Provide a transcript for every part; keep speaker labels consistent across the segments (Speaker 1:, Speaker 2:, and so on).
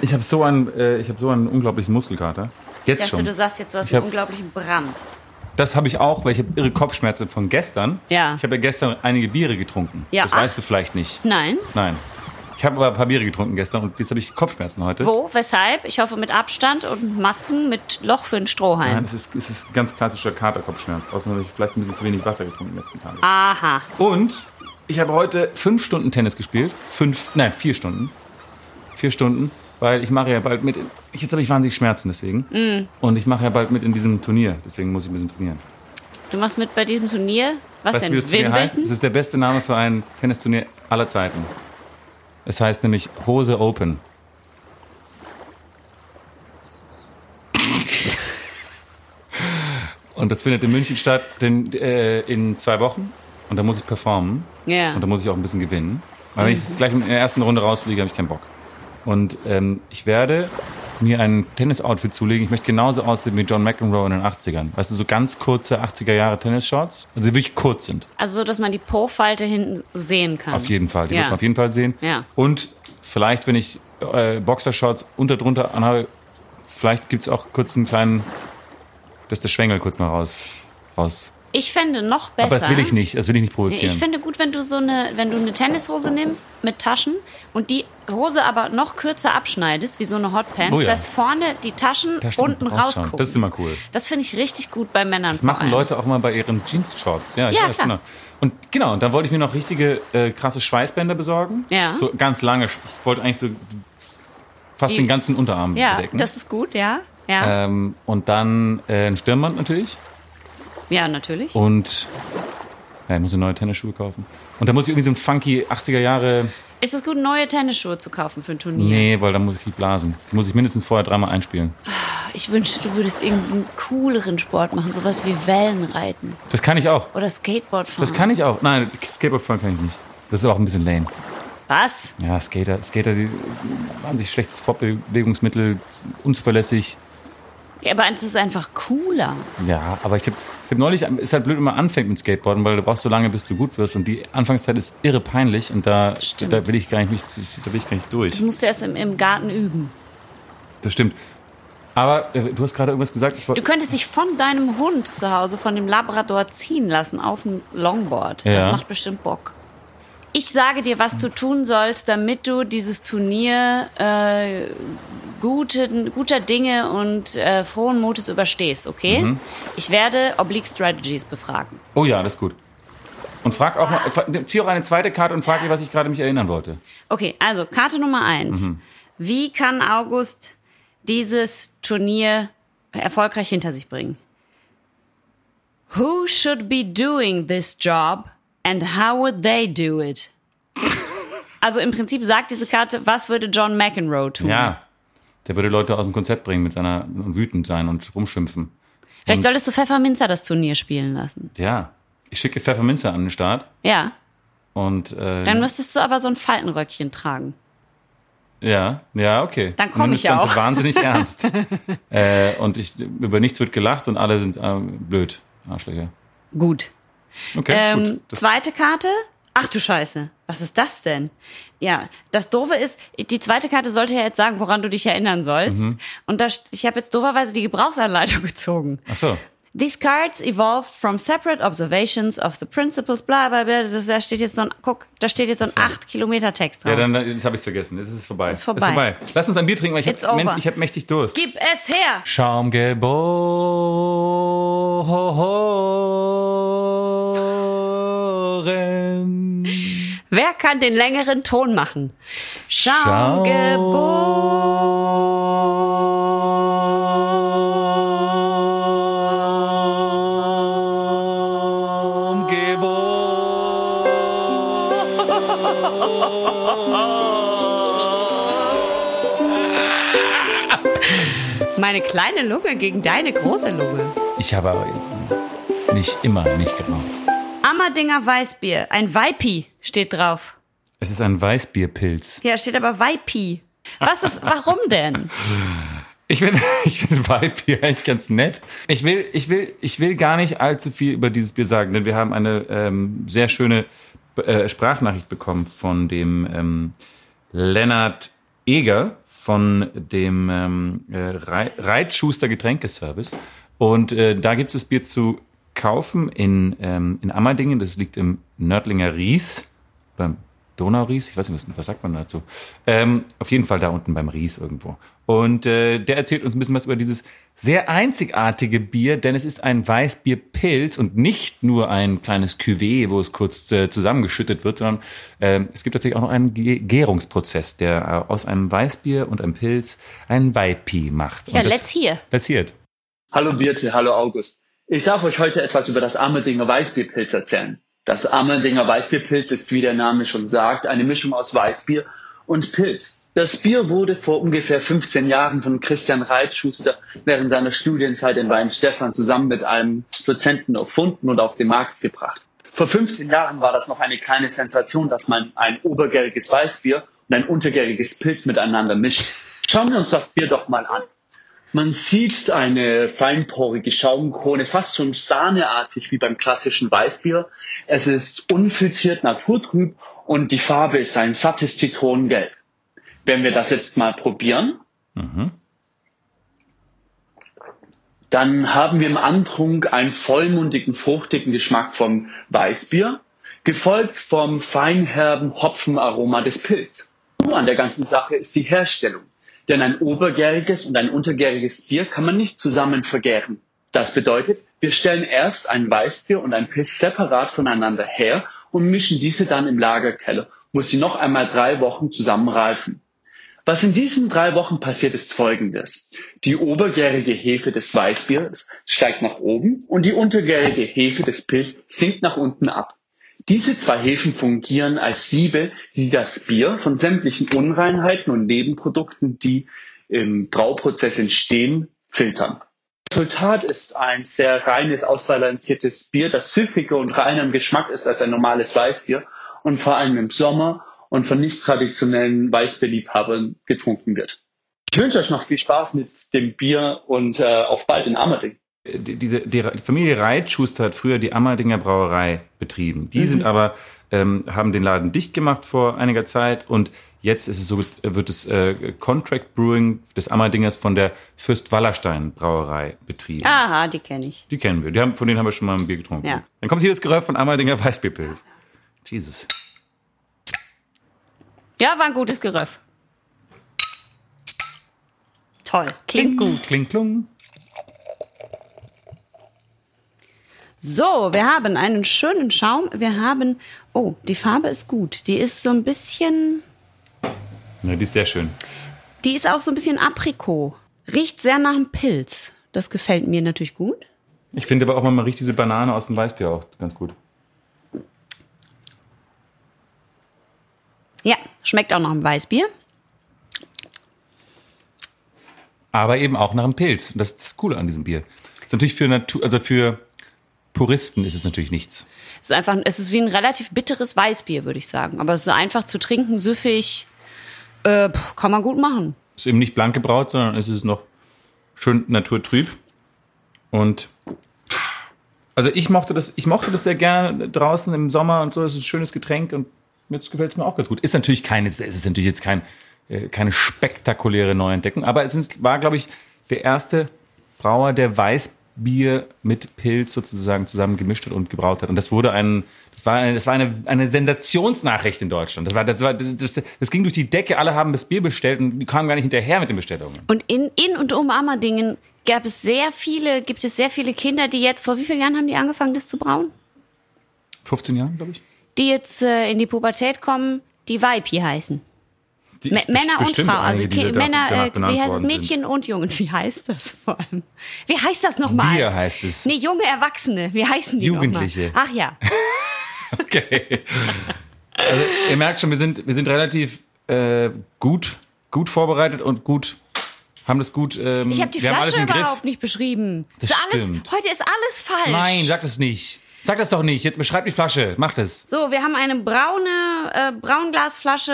Speaker 1: Ich habe so, einen, äh, ich hab so einen unglaublichen Muskelkater.
Speaker 2: Ich
Speaker 1: Jetzt
Speaker 2: dachte,
Speaker 1: schon.
Speaker 2: du sagst jetzt, du hast
Speaker 1: Ich hab-
Speaker 2: einen unglaublichen Brand.
Speaker 1: Das habe ich auch, weil ich habe irre Kopfschmerzen von gestern.
Speaker 2: Ja.
Speaker 1: Ich habe ja gestern einige Biere getrunken.
Speaker 2: Ja,
Speaker 1: Das
Speaker 2: ach.
Speaker 1: weißt du vielleicht nicht.
Speaker 2: Nein.
Speaker 1: Nein. Ich habe aber ein paar Biere getrunken gestern und jetzt habe ich Kopfschmerzen heute.
Speaker 2: Wo? Weshalb? Ich hoffe mit Abstand und Masken mit Loch für einen Strohhalm.
Speaker 1: Nein, es ist, es ist ganz klassischer Katerkopfschmerz. Außerdem habe ich vielleicht ein bisschen zu wenig Wasser getrunken in den letzten Tagen.
Speaker 2: Aha.
Speaker 1: Und ich habe heute fünf Stunden Tennis gespielt. Fünf, nein, vier Stunden. Vier Stunden, weil ich mache ja bald mit. in- Jetzt habe ich wahnsinnig Schmerzen deswegen.
Speaker 2: Mm.
Speaker 1: Und ich mache ja bald mit in diesem Turnier. Deswegen muss ich ein bisschen trainieren.
Speaker 2: Du machst mit bei diesem Turnier? Was
Speaker 1: Weißt du,
Speaker 2: denn?
Speaker 1: wie das Turnier heißt? Es
Speaker 2: Wimbledon?
Speaker 1: ist der beste Name für ein Tennisturnier aller Zeiten. Es heißt nämlich Hose Open. Und das findet in München statt denn, äh, in zwei Wochen. Und da muss ich performen.
Speaker 2: Ja.
Speaker 1: Und da muss ich auch ein bisschen gewinnen. Weil wenn ich
Speaker 2: Mhm.
Speaker 1: jetzt gleich in der ersten Runde rausfliege, habe ich keinen Bock. Und ähm, ich werde mir ein Tennis-Outfit zulegen. Ich möchte genauso aussehen wie John McEnroe in den 80ern. Weißt du, so ganz kurze 80er-Jahre-Tennis-Shorts. Also die wirklich kurz sind.
Speaker 2: Also so, dass man die Po-Falte hinten sehen kann.
Speaker 1: Auf jeden Fall. Die
Speaker 2: Mhm. ja.
Speaker 1: wird man auf jeden Fall sehen.
Speaker 2: Ja.
Speaker 1: Und vielleicht, wenn ich äh, Boxershorts unter drunter anhabe, vielleicht gibt's auch kurz einen kleinen, dass der Schwengel kurz mal raus. raus.
Speaker 2: Ich fände noch besser.
Speaker 1: Aber das will ich nicht, das will ich nicht provozieren.
Speaker 2: Ich finde gut, wenn du so eine, wenn du eine Tennishose nimmst mit Taschen und die Hose aber noch kürzer abschneidest, wie so eine Hotpants,
Speaker 1: Oh ja.
Speaker 2: dass vorne die Taschen
Speaker 1: Da stimmt,
Speaker 2: unten
Speaker 1: rausschauen.
Speaker 2: rausgucken.
Speaker 1: Das ist immer cool.
Speaker 2: Das finde ich richtig gut bei Männern.
Speaker 1: Das machen
Speaker 2: vor allem.
Speaker 1: Leute auch mal bei ihren Jeans-Shorts. Ja, ich
Speaker 2: Ja,
Speaker 1: weiß,
Speaker 2: klar.
Speaker 1: Genau. Und genau, und dann wollte ich mir noch richtige äh, krasse Schweißbänder besorgen.
Speaker 2: Ja.
Speaker 1: So ganz lange. Ich wollte eigentlich so fast
Speaker 2: Die-
Speaker 1: den ganzen Unterarm
Speaker 2: Ja,
Speaker 1: bedecken.
Speaker 2: das ist gut, ja. Ja,
Speaker 1: ähm, und dann äh, ein Stirnband natürlich.
Speaker 2: ja natürlich.
Speaker 1: Oh. Und ja, ich muss mir neue Tennisschuhe kaufen. Und da muss ich irgendwie so ein funky 80er Jahre.
Speaker 2: Ist es gut, neue Tennisschuhe zu kaufen für ein Turnier?
Speaker 1: Nee, weil da muss ich die blasen. Die muss ich mindestens vorher dreimal einspielen.
Speaker 2: Ich wünschte, du würdest irgendeinen cooleren Sport machen, sowas wie Wellenreiten
Speaker 1: Das kann ich auch.
Speaker 2: oder Skateboard fahren.
Speaker 1: Das kann ich auch. Nein, Skateboard fahren kann ich nicht. Das ist aber auch ein bisschen lame.
Speaker 2: Was?
Speaker 1: Ja, Skater, Skater, die wahnsinnig schlechtes Fortbewegungsmittel, unzuverlässig.
Speaker 2: Ja, aber es ist einfach cooler.
Speaker 1: Ja, aber ich habe ich hab neulich, ist halt blöd, wenn man anfängt mit Skateboarden, weil du brauchst so lange, bis du gut wirst. Und die Anfangszeit ist irre peinlich und da,
Speaker 2: stimmt.
Speaker 1: da will ich gar nicht, da will ich gar nicht durch.
Speaker 2: Das musst du erst im, im Garten üben.
Speaker 1: Das stimmt. Aber äh, du hast gerade irgendwas gesagt. Ich wollt-
Speaker 2: Du könntest dich von deinem Hund zu Hause, von dem Labrador ziehen lassen auf ein Longboard. Das
Speaker 1: Ja.
Speaker 2: macht bestimmt Bock. Ich sage dir, was du tun sollst, damit du dieses Turnier äh, guten, guter Dinge und äh, frohen Mutes überstehst, okay? Ich werde Oblique Strategies befragen.
Speaker 1: Oh ja, das ist gut. Und frag auch mal, fra- zieh auch eine zweite Karte und frag ihr, was ich gerade mich erinnern wollte.
Speaker 2: Okay, also Karte Nummer eins. Wie kann August dieses Turnier erfolgreich hinter sich bringen? Who should be doing this job and how would they do it? Also im Prinzip sagt diese Karte, was würde John McEnroe tun?
Speaker 1: Ja.
Speaker 2: Mhm.
Speaker 1: Der würde Leute aus dem Konzept bringen mit seiner und wütend sein und rumschimpfen.
Speaker 2: Vielleicht solltest du Pfefferminzer das Turnier spielen lassen.
Speaker 1: Ja. Ich schicke Pfefferminze an den Start
Speaker 2: Ja.
Speaker 1: und äh,
Speaker 2: Dann müsstest du aber so ein Faltenröckchen tragen.
Speaker 1: ja, ja, okay.
Speaker 2: Dann komm
Speaker 1: Und ist
Speaker 2: ich
Speaker 1: das
Speaker 2: ja auch.
Speaker 1: Ganze wahnsinnig ernst. äh, und ich über nichts wird gelacht und alle sind ähm, blöd, Arschlöcher.
Speaker 2: Gut.
Speaker 1: Okay,
Speaker 2: Ähm,
Speaker 1: gut. Das-
Speaker 2: zweite Karte. Ach du Scheiße, was ist das denn? Ja, das Doofe ist, die zweite Karte sollte ja jetzt sagen, woran du dich erinnern sollst.
Speaker 1: Mhm.
Speaker 2: Und da, st- ich habe jetzt dooferweise die Gebrauchsanleitung gezogen.
Speaker 1: Ach so.
Speaker 2: These cards evolved from separate observations of the principles, bla bla bla. Das, da steht jetzt so ein, guck, da steht jetzt so ein 8 Kilometer Text drauf.
Speaker 1: Ja, dann jetzt habe ich es vergessen. Jetzt ist es vorbei.
Speaker 2: Es ist vorbei.
Speaker 1: Lass uns ein Bier trinken, weil ich
Speaker 2: It's over.
Speaker 1: habe hab mächtig Durst.
Speaker 2: Gib es her!
Speaker 1: Schaumgeboren.
Speaker 2: Wer kann den längeren Ton machen? Schaumgeboren. Meine kleine Lunge gegen deine große Lunge.
Speaker 1: Ich habe aber nicht immer nicht geraucht.
Speaker 2: Ammerdinger Weißbier, ein Weipi steht drauf.
Speaker 1: Es ist ein Weißbierpilz.
Speaker 2: Ja, steht aber Weipi. Was ist, warum denn?
Speaker 1: Ich finde ich find Weißbier eigentlich ganz nett. Ich will, ich, will, ich will gar nicht allzu viel über dieses Bier sagen, denn wir haben eine ähm, sehr schöne äh, Sprachnachricht bekommen von dem ähm, Lennart Eger von dem ähm, äh, Rei- Reitschuster Getränkeservice. Und äh, da gibt es das Bier zu kaufen in, ähm, in Ammerdingen. Das liegt im Nördlinger Ries oder im Donauries. Ich weiß nicht, was, was sagt man dazu? Ähm, auf jeden Fall da unten beim Ries irgendwo. Und äh, der erzählt uns ein bisschen was über dieses sehr einzigartige Bier, denn es ist ein Weißbierpilz und nicht nur ein kleines Cuvée, wo es kurz äh, zusammengeschüttet wird, sondern ähm, es gibt tatsächlich auch noch einen Ge- Gärungsprozess, der äh, aus einem Weißbier und einem Pilz einen Weipi macht.
Speaker 2: Ja,
Speaker 1: und das-
Speaker 2: let's hear.
Speaker 1: Let's hear it.
Speaker 3: Hallo Birte, hallo August. Ich darf euch heute etwas über das Ammerdinger Weißbierpilz erzählen. Das Ammerdinger Weißbierpilz ist, wie der Name schon sagt, eine Mischung aus Weißbier und Pilz. Das Bier wurde vor ungefähr 15 Jahren von Christian Reitschuster während seiner Studienzeit in Weinstefan zusammen mit einem Dozenten erfunden und auf den Markt gebracht. Vor 15 Jahren war das noch eine kleine Sensation, dass man ein obergäriges Weißbier und ein untergäriges Pilz miteinander mischt. Schauen wir uns das Bier doch mal an. Man sieht eine feinporige Schaumkrone, fast schon sahneartig wie beim klassischen Weißbier. Es ist unfiltriert naturtrüb und die Farbe ist ein sattes Zitronengelb. Wenn wir das jetzt mal probieren, dann haben wir im Antrunk einen vollmundigen, fruchtigen Geschmack vom Weißbier, gefolgt vom feinherben Hopfenaroma des Pilz. Nur an der ganzen Sache ist die Herstellung. Denn ein obergäriges und ein untergäriges Bier kann man nicht zusammen vergären. Das bedeutet, wir stellen erst ein Weißbier und ein Pilz separat voneinander her und mischen diese dann im Lagerkeller, wo sie noch einmal drei Wochen zusammenreifen. Was in diesen drei Wochen passiert, ist Folgendes. Die obergärige Hefe des Weißbiers steigt nach oben und die untergärige Hefe des Pils sinkt nach unten ab. Diese zwei Hefen fungieren als Siebe, die das Bier von sämtlichen Unreinheiten und Nebenprodukten, die im Brauprozess entstehen, filtern. Das Resultat ist ein sehr reines, ausbalanciertes Bier, das süffiger und reiner im Geschmack ist als ein normales Weißbier und vor allem im Sommer und von nicht traditionellen Weißbierliebhabern getrunken wird. Ich wünsche euch noch viel Spaß mit dem Bier und äh, auf bald in Ammerding.
Speaker 1: die- diese, die, die Familie Reitschuster hat früher die Ammerdinger Brauerei betrieben. Die
Speaker 2: Mhm.
Speaker 1: sind aber, ähm, haben den Laden dicht gemacht vor einiger Zeit und jetzt ist es so, wird es äh, Contract Brewing des Ammerdingers von der Fürst Wallerstein Brauerei betrieben.
Speaker 2: Aha, die kenne ich.
Speaker 1: Die kennen wir. Die haben, von denen haben wir schon mal ein Bier getrunken.
Speaker 2: Ah. Ja.
Speaker 1: Dann kommt hier das Geräusch von Ammerdinger Weißbierpilz. Jesus.
Speaker 2: Ja, war ein gutes Geröff. Toll,
Speaker 1: Mhm.
Speaker 2: klingt gut.
Speaker 1: Kling, klung.
Speaker 2: So, wir haben einen schönen Schaum. Wir haben, oh, die Farbe ist gut. Die ist so ein bisschen,
Speaker 1: Ja, die ist sehr schön.
Speaker 2: die ist auch so ein bisschen Aprikot. Riecht sehr nach einem Pilz. Das gefällt mir natürlich gut.
Speaker 1: Ich finde aber auch, man riecht diese Banane aus dem Weißbier auch ganz gut.
Speaker 2: Ja, schmeckt auch nach einem Weißbier.
Speaker 1: aber eben auch nach einem Pilz. Und das ist das Coole an diesem Bier. Ist natürlich für Natur, also für Puristen ist es natürlich nichts.
Speaker 2: Es ist einfach, es ist wie ein relativ bitteres Weißbier, würde ich sagen. Aber es ist einfach zu trinken, süffig. Äh, pff, kann man gut machen.
Speaker 1: Ist eben nicht blank gebraut, sondern es ist noch schön naturtrüb. Und also ich mochte das, ich mochte das sehr gerne draußen im Sommer und so. Es ist ein schönes Getränk und jetzt gefällt es mir auch ganz gut. Ist natürlich keine, es ist natürlich jetzt kein, äh, keine spektakuläre Neuentdeckung, aber es ist, war, glaube ich, der erste Brauer, der Weißbier mit Pilz sozusagen zusammen gemischt hat und gebraut hat. Und das wurde ein, das war eine, das war eine, eine Sensationsnachricht in Deutschland. Das war, das war, das, das, das ging durch die Decke. Alle haben das Bier bestellt und die kamen gar nicht hinterher mit den Bestellungen.
Speaker 2: Und in, in und um Ammerdingen gab es sehr viele, gibt es sehr viele Kinder, die jetzt, vor wie vielen Jahren haben die angefangen, das zu brauen?
Speaker 1: 15 Jahren, glaube ich.
Speaker 2: Die jetzt äh, in die Pubertät kommen, die Weipi heißen.
Speaker 1: Die
Speaker 2: M
Speaker 1: ist
Speaker 2: Männer und
Speaker 1: bestimmt
Speaker 2: Frauen, also
Speaker 1: einige, die
Speaker 2: Ki-
Speaker 1: da-
Speaker 2: Männer,
Speaker 1: danach
Speaker 2: äh,
Speaker 1: benannt
Speaker 2: wie heißt es,
Speaker 1: worden sind.
Speaker 2: Mädchen und Jungen, wie heißt das vor allem? Wie heißt das nochmal?
Speaker 1: Bier heißt es.
Speaker 2: Nee, junge Erwachsene, wie heißen die noch mal?
Speaker 1: Jugendliche.
Speaker 2: Ach ja,
Speaker 1: Okay. Also, ihr merkt schon, wir sind, wir sind relativ äh, gut, gut vorbereitet und gut, haben das gut. Ähm,
Speaker 2: ich habe die
Speaker 1: wir haben alles
Speaker 2: Flasche
Speaker 1: im Griff.
Speaker 2: überhaupt nicht beschrieben.
Speaker 1: Das
Speaker 2: ist alles,
Speaker 1: stimmt.
Speaker 2: Heute ist alles falsch.
Speaker 1: Nein, sag das nicht. Sag das doch nicht. Jetzt beschreib die Flasche. Mach das.
Speaker 2: So, wir haben eine braune äh, Braunglasflasche,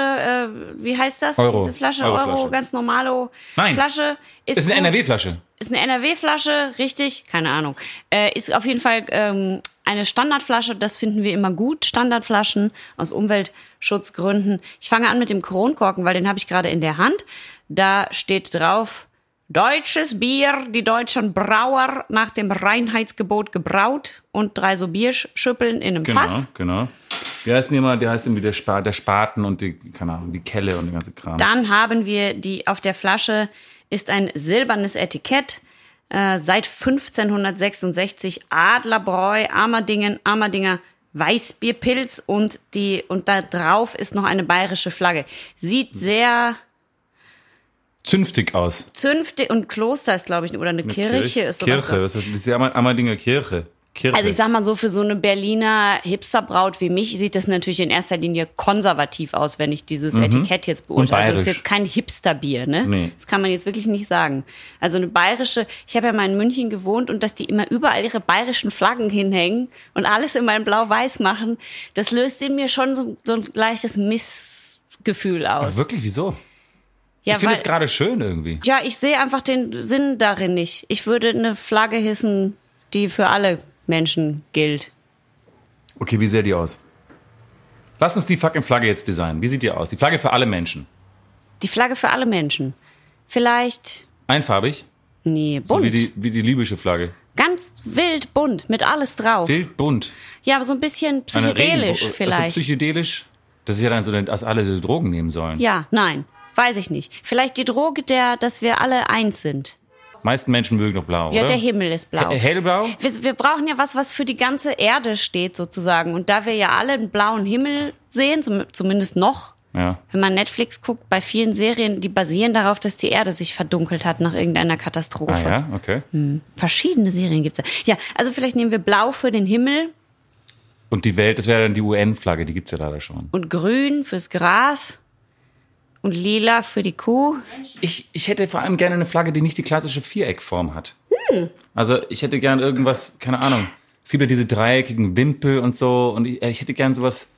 Speaker 2: äh, wie heißt das?
Speaker 1: Euro.
Speaker 2: Diese Flasche, Euro,
Speaker 1: Euroflasche.
Speaker 2: ganz normale
Speaker 1: Nein.
Speaker 2: Flasche. Ist,
Speaker 1: Das ist eine
Speaker 2: gut.
Speaker 1: NRW-Flasche.
Speaker 2: Ist eine NRW-Flasche, richtig? Keine Ahnung. Äh, ist auf jeden Fall ähm, eine Standardflasche, das finden wir immer gut, Standardflaschen aus Umweltschutzgründen. Ich fange an mit dem Kronkorken, weil den habe ich gerade in der Hand. Da steht drauf, deutsches Bier, die deutschen Brauer nach dem Reinheitsgebot gebraut und drei so Bierschüppeln in einem
Speaker 1: Genau,
Speaker 2: Fass.
Speaker 1: genau. Wie heißt denn immer, der heißt irgendwie der, Spa, der Spaten und die, keine Ahnung, die Kelle und der ganze Kram.
Speaker 2: Dann haben wir die auf der Flasche ist ein silbernes Etikett. Äh, seit 1566 Adlerbräu, Amerdingen, Amerdinger Weißbierpilz und die und da drauf ist noch eine bayerische Flagge. Sieht sehr
Speaker 1: Zünftig aus.
Speaker 2: zünftig und Kloster ist glaube ich oder eine Kirche, ist sowas.
Speaker 1: Kirche, das ist das ist die Ammer- Ammerdinger Kirche. Kirche.
Speaker 2: Also ich sag mal so, für so eine Berliner Hipsterbraut wie mich sieht das natürlich in erster Linie konservativ aus, wenn ich dieses Etikett jetzt beurteile.
Speaker 1: Mhm.
Speaker 2: Also es ist
Speaker 1: bayerisch.
Speaker 2: jetzt kein Hipsterbier, ne?
Speaker 1: Nee.
Speaker 2: Das kann man jetzt wirklich nicht sagen. Also eine bayerische, ich habe ja mal in München gewohnt und dass die immer überall ihre bayerischen Flaggen hinhängen und alles immer in blau-weiß machen, das löst in mir schon so, so ein leichtes Missgefühl
Speaker 1: Aber
Speaker 2: aus.
Speaker 1: wirklich, wieso?
Speaker 2: ja,
Speaker 1: ich finde
Speaker 2: weil,
Speaker 1: es gerade schön irgendwie.
Speaker 2: ja, ich sehe einfach den Sinn darin nicht. Ich würde eine Flagge hissen, die für alle Menschen gilt.
Speaker 1: Okay, wie sieht die aus? Lass uns die fucking Flagge jetzt designen. Wie sieht die aus? Die Flagge für alle Menschen.
Speaker 2: Die Flagge für alle Menschen. Vielleicht,
Speaker 1: Einfarbig,
Speaker 2: nee, bunt.
Speaker 1: so wie die, wie die libysche Flagge.
Speaker 2: Ganz wild bunt, mit alles drauf.
Speaker 1: Wild bunt.
Speaker 2: Ja, aber so ein bisschen
Speaker 1: Eine
Speaker 2: psychedelisch
Speaker 1: Regenbo- Also
Speaker 2: vielleicht.
Speaker 1: psychedelisch? Das ist ja dann so, dass alle so Drogen nehmen sollen.
Speaker 2: ja, nein, weiß ich nicht. Vielleicht die Droge der, dass wir alle eins sind.
Speaker 1: meisten Menschen mögen doch blau,
Speaker 2: Ja,
Speaker 1: oder?
Speaker 2: der Himmel ist blau.
Speaker 1: He- Hellblau?
Speaker 2: wir, wir brauchen ja was, was für die ganze Erde steht sozusagen. Und da wir ja alle einen blauen Himmel sehen, zum, zumindest noch,
Speaker 1: Ja.
Speaker 2: wenn man Netflix guckt, bei vielen Serien, die basieren darauf, dass die Erde sich verdunkelt hat nach irgendeiner Katastrophe.
Speaker 1: Ah ja, okay.
Speaker 2: Verschiedene Serien gibt's ja. Ja, also vielleicht nehmen wir Blau für den Himmel
Speaker 1: Und die Welt, das wäre dann die UN-Flagge, die gibt's ja leider schon.
Speaker 2: und Grün fürs Gras und Lila für die Kuh.
Speaker 1: Ich, ich hätte vor allem gerne eine Flagge, die nicht die klassische Viereckform hat.
Speaker 2: Hm.
Speaker 1: Also ich hätte gern irgendwas, keine Ahnung. Es gibt ja diese dreieckigen Wimpel und so und ich, ich hätte gern sowas,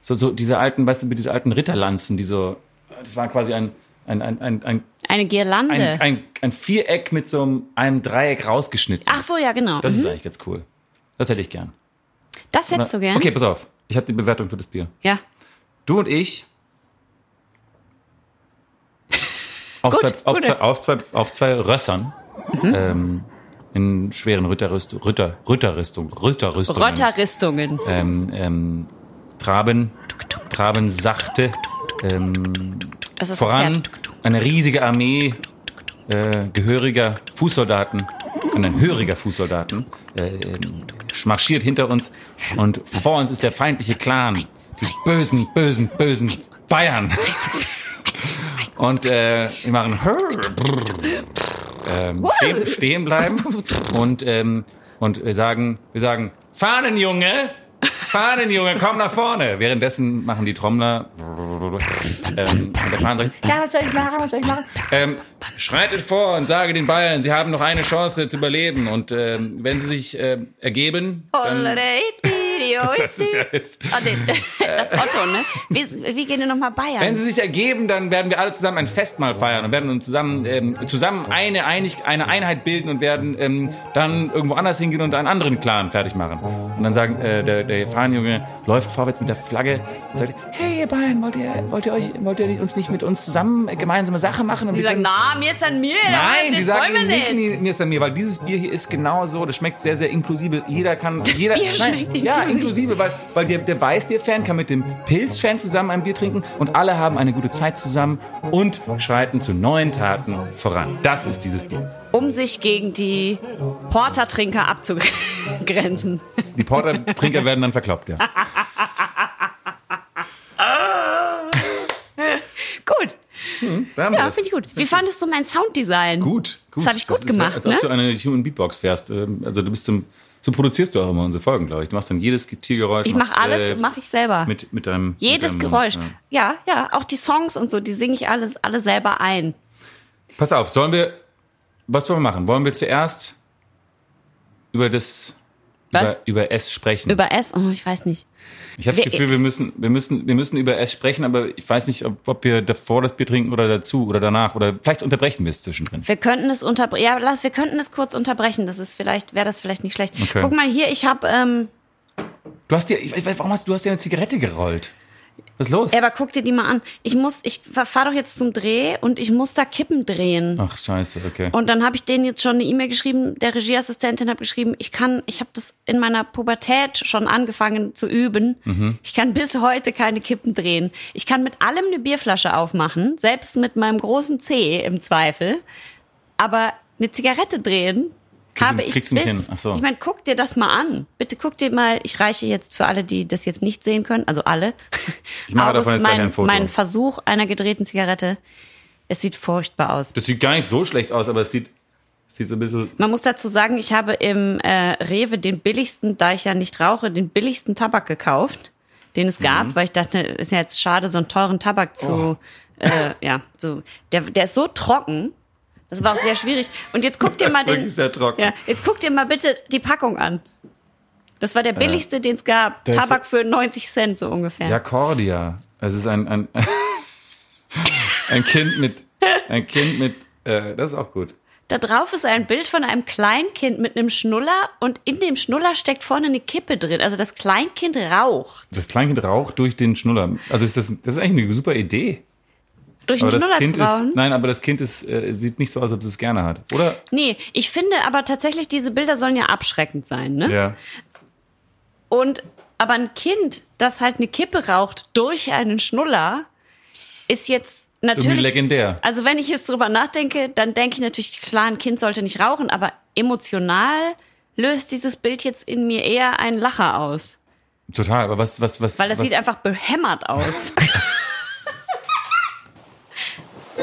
Speaker 1: so, so diese alten, weißt du, mit diese alten Ritterlanzen, die so, das war quasi ein, ein, ein, ein, ein,
Speaker 2: Eine Girlande.
Speaker 1: ein, ein, ein Viereck mit so einem, einem Dreieck rausgeschnitten.
Speaker 2: Ach so, ja, genau.
Speaker 1: Das
Speaker 2: Das,
Speaker 1: ist eigentlich ganz cool. Das hätte ich gern.
Speaker 2: hättest du gern.
Speaker 1: Okay, pass auf. Ich habe die Bewertung für das Bier.
Speaker 2: Ja.
Speaker 1: Du und ich. Auf,
Speaker 2: Gut,
Speaker 1: zwei, auf,
Speaker 2: gute. Mhm.
Speaker 1: zwei, auf, zwei, auf zwei Rössern. Ähm, in schweren Ritterrüstung, Ritter, Ritterrüstung, Ritterrüstung.
Speaker 2: Rotterristungen.
Speaker 1: Ähm, ähm, traben, traben sachte. Ähm,
Speaker 2: Das ist
Speaker 1: voran
Speaker 2: das Pferd.
Speaker 1: eine riesige Armee äh, gehöriger Fußsoldaten und ein höriger Fußsoldaten äh, ähm, marschiert hinter uns und vor uns ist der feindliche Clan, die bösen, bösen, bösen Bayern. Und äh, wir machen ähm, stehen, stehen bleiben und ähm, und wir sagen, wir sagen Fahnen Junge, Fahnen Junge, komm nach vorne. Währenddessen machen die Trommler ähm, und der Fahnen sagt, ja, was soll ich machen, was soll ich machen? Ähm, schreitet vor und sage den Bayern, sie haben noch eine Chance zu überleben und ähm, wenn sie sich ähm, ergeben, dann,
Speaker 2: Hollere, Itirio,
Speaker 1: das ist ja jetzt,
Speaker 2: Oh, nee, das Otto, ne? Wie, wie gehen wir nochmal Bayern?
Speaker 1: Wenn sie sich ergeben, dann werden wir alle zusammen ein Festmahl feiern und werden uns zusammen, ähm, zusammen eine, Einig eine Einheit bilden und werden ähm, dann irgendwo anders hingehen und einen anderen Clan fertig machen. Und dann sagen, äh, der, der Fahnenjunge läuft vorwärts mit der Flagge und sagt, hey ihr Bayern, wollt ihr, wollt ihr, euch, wollt ihr uns nicht mit uns zusammen äh, gemeinsame Sache machen? Und
Speaker 2: die
Speaker 1: wir
Speaker 2: sagen,
Speaker 1: können-
Speaker 2: na, mir ist an mir.
Speaker 1: Nein, die
Speaker 2: das
Speaker 1: sagen
Speaker 2: wollen wir
Speaker 1: ihnen nicht, nicht. mir ist an mir, weil dieses Bier hier ist genau so, das schmeckt sehr, sehr inklusive. Jeder kann, jeder,
Speaker 2: Bier
Speaker 1: nein,
Speaker 2: schmeckt
Speaker 1: ja,
Speaker 2: inklusive.
Speaker 1: inklusive, weil, weil der, der Weißbier-Fan kann mit dem Pilz-Fan zusammen ein Bier trinken und alle haben eine gute Zeit zusammen und schreiten zu neuen Taten voran. Das ist dieses Bier.
Speaker 2: Um sich gegen die Portertrinker abzugrenzen.
Speaker 1: Die Porter-Trinker werden dann verkloppt, ja.
Speaker 2: Gut.
Speaker 1: Da haben wir
Speaker 2: Ja,
Speaker 1: das.
Speaker 2: finde ich gut. Wie fandest du mein Sounddesign?
Speaker 1: Gut, gut.
Speaker 2: Das habe ich gut
Speaker 1: ist,
Speaker 2: gemacht,
Speaker 1: Als
Speaker 2: ne?
Speaker 1: ob du eine Human Beatbox wärst. Ähm, Also du bist zum, so produzierst du auch immer unsere Folgen, glaube ich. Du machst dann jedes Tiergeräusch.
Speaker 2: Ich mache
Speaker 1: machst
Speaker 2: alles,
Speaker 1: selbst
Speaker 2: mache ich selber.
Speaker 1: Mit, mit deinem
Speaker 2: Jedes
Speaker 1: mit deinem Mund,
Speaker 2: Geräusch.
Speaker 1: ja.
Speaker 2: Ja. ja, Auch die Songs und so, die singe ich alles, alle selber ein.
Speaker 1: Pass auf, sollen wir. Was wollen wir machen? Wollen wir zuerst über das.
Speaker 2: Was?
Speaker 1: Über, über S sprechen.
Speaker 2: Über E S, oh, ich weiß nicht.
Speaker 1: ich habe das
Speaker 2: wir-
Speaker 1: Gefühl, wir müssen, wir, müssen, wir müssen über S sprechen, aber ich weiß nicht, ob, ob wir davor das Bier trinken oder dazu oder danach. Oder vielleicht unterbrechen wir es zwischendrin.
Speaker 2: Wir könnten es unterbrechen. Ja, lass, wir könnten es kurz unterbrechen. Das ist vielleicht, wäre das vielleicht nicht schlecht.
Speaker 1: Okay.
Speaker 2: Guck mal hier, ich habe, ähm,
Speaker 1: Du hast dir. Ich weiß, warum hast du hast dir eine Zigarette gerollt? Was ist los?
Speaker 2: Ja, aber guck dir die mal an. Ich muss, ich fahre doch jetzt zum Dreh und ich muss da Kippen drehen.
Speaker 1: Ach, scheiße, okay.
Speaker 2: Und dann habe ich denen jetzt schon eine E-Mail geschrieben, der Regieassistentin hat geschrieben, ich kann, ich habe das in meiner Pubertät schon angefangen zu üben.
Speaker 1: Mhm.
Speaker 2: Ich kann bis heute keine Kippen drehen. Ich kann mit allem eine Bierflasche aufmachen, selbst mit meinem großen Zeh im Zweifel. Aber eine Zigarette drehen habe ich
Speaker 1: kriegst
Speaker 2: bis,
Speaker 1: du nicht hin. Ach so.
Speaker 2: ich meine, guck dir das mal an. Bitte guck dir mal, ich reiche jetzt für alle, die das jetzt nicht sehen können, also alle.
Speaker 1: Ich mache davon jetzt gleich
Speaker 2: mein,
Speaker 1: ein Foto.
Speaker 2: mein Versuch einer gedrehten Zigarette. Es sieht furchtbar aus.
Speaker 1: Das sieht gar nicht so schlecht aus, aber es sieht, es sieht so ein bisschen.
Speaker 2: Man muss dazu sagen, ich habe im äh, Rewe den billigsten, da ich ja nicht rauche, den billigsten Tabak gekauft, den es gab,
Speaker 1: Mhm.
Speaker 2: weil ich dachte, ist ja jetzt schade, so einen teuren Tabak
Speaker 1: Oh.
Speaker 2: zu, äh, ja, so, der, der ist so trocken. Das war auch sehr schwierig. Und jetzt guck dir
Speaker 1: Das
Speaker 2: mal
Speaker 1: ist
Speaker 2: den,
Speaker 1: wirklich sehr trocken.
Speaker 2: ja, jetzt guck dir mal bitte die Packung an. Das war der billigste, den es gab.
Speaker 1: ist
Speaker 2: Tabak für 90 Cent so ungefähr.
Speaker 1: Jakordia. Es ist ein, ein, ein Kind mit, ein Kind mit, äh, das ist auch gut.
Speaker 2: Da drauf ist ein Bild von einem Kleinkind mit einem Schnuller und in dem Schnuller steckt vorne eine Kippe drin. Also das Kleinkind raucht.
Speaker 1: Das Kleinkind raucht durch den Schnuller. Also ist das, das ist eigentlich eine super Idee.
Speaker 2: Durch
Speaker 1: Aber
Speaker 2: einen
Speaker 1: das
Speaker 2: Schnuller
Speaker 1: Kind
Speaker 2: zu rauchen?
Speaker 1: ist, nein, aber das Kind ist, äh, sieht nicht so aus, als ob es es gerne hat. Oder?
Speaker 2: Nee, ich finde aber tatsächlich, diese Bilder sollen ja abschreckend sein, ne?
Speaker 1: Ja.
Speaker 2: Und, aber ein Kind, das halt eine Kippe raucht durch einen Schnuller, ist jetzt natürlich.
Speaker 1: legendär.
Speaker 2: Also wenn ich jetzt drüber nachdenke, dann denke ich natürlich, klar, ein Kind sollte nicht rauchen, aber emotional löst dieses Bild jetzt in mir eher einen Lacher aus.
Speaker 1: Total. Aber was, was, was,
Speaker 2: Weil das
Speaker 1: was,
Speaker 2: sieht einfach behämmert aus.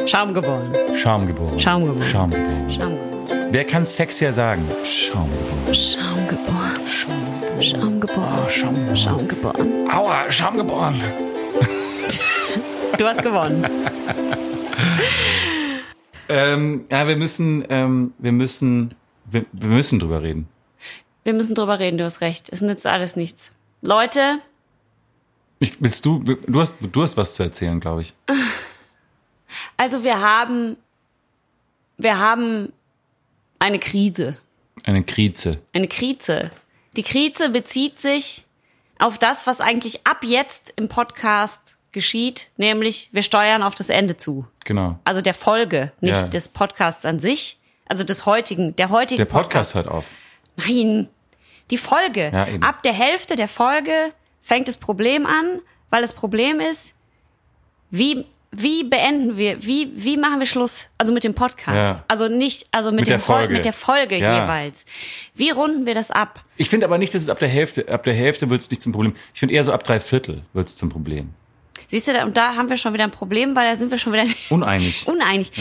Speaker 2: Schaum geboren.
Speaker 1: Charme geboren.
Speaker 2: Schaum geboren.
Speaker 1: Charme geboren.
Speaker 2: Schaum geboren.
Speaker 1: Wer kann sexier sagen? Schaum geboren.
Speaker 2: Schaum geboren. Schaum geboren.
Speaker 1: Schaum geboren.
Speaker 2: Schaum geboren.
Speaker 1: Aua, Schaum geboren.
Speaker 2: Du hast gewonnen.
Speaker 1: Ähm, ja, wir müssen, ähm, wir müssen, wir, wir müssen drüber reden.
Speaker 2: Wir müssen drüber reden, du hast recht. Es nützt alles nichts. Leute,
Speaker 1: Ich, willst du, du hast, du hast was zu erzählen, glaube ich.
Speaker 2: also wir haben, wir haben eine Krise.
Speaker 1: Eine Krize.
Speaker 2: Eine Krise. Die Krise bezieht sich auf das, was eigentlich ab jetzt im Podcast geschieht, nämlich wir steuern auf das Ende zu.
Speaker 1: Genau.
Speaker 2: Also der Folge, nicht
Speaker 1: Ja.
Speaker 2: des Podcasts an sich, also des heutigen, der heutigen
Speaker 1: Der Podcast hört auf.
Speaker 2: Nein, die Folge.
Speaker 1: Ja, eben.
Speaker 2: Ab der Hälfte der Folge fängt das Problem an, weil das Problem ist, wie, wie beenden wir, wie, wie machen wir Schluss? Also mit dem Podcast.
Speaker 1: Ja.
Speaker 2: Also nicht, also mit,
Speaker 1: Mit
Speaker 2: dem
Speaker 1: der
Speaker 2: Fol-
Speaker 1: Folge.
Speaker 2: mit der Folge
Speaker 1: Ja.
Speaker 2: jeweils. Wie runden wir das ab?
Speaker 1: Ich finde aber nicht, dass es ab der Hälfte, ab der Hälfte wird es nicht zum Problem. Ich finde eher so ab drei Viertel wird es zum Problem.
Speaker 2: Siehst du, da- und da haben wir schon wieder ein Problem, weil da sind wir schon
Speaker 1: Oh,
Speaker 2: wieder
Speaker 1: Uneinig.
Speaker 2: uneinig.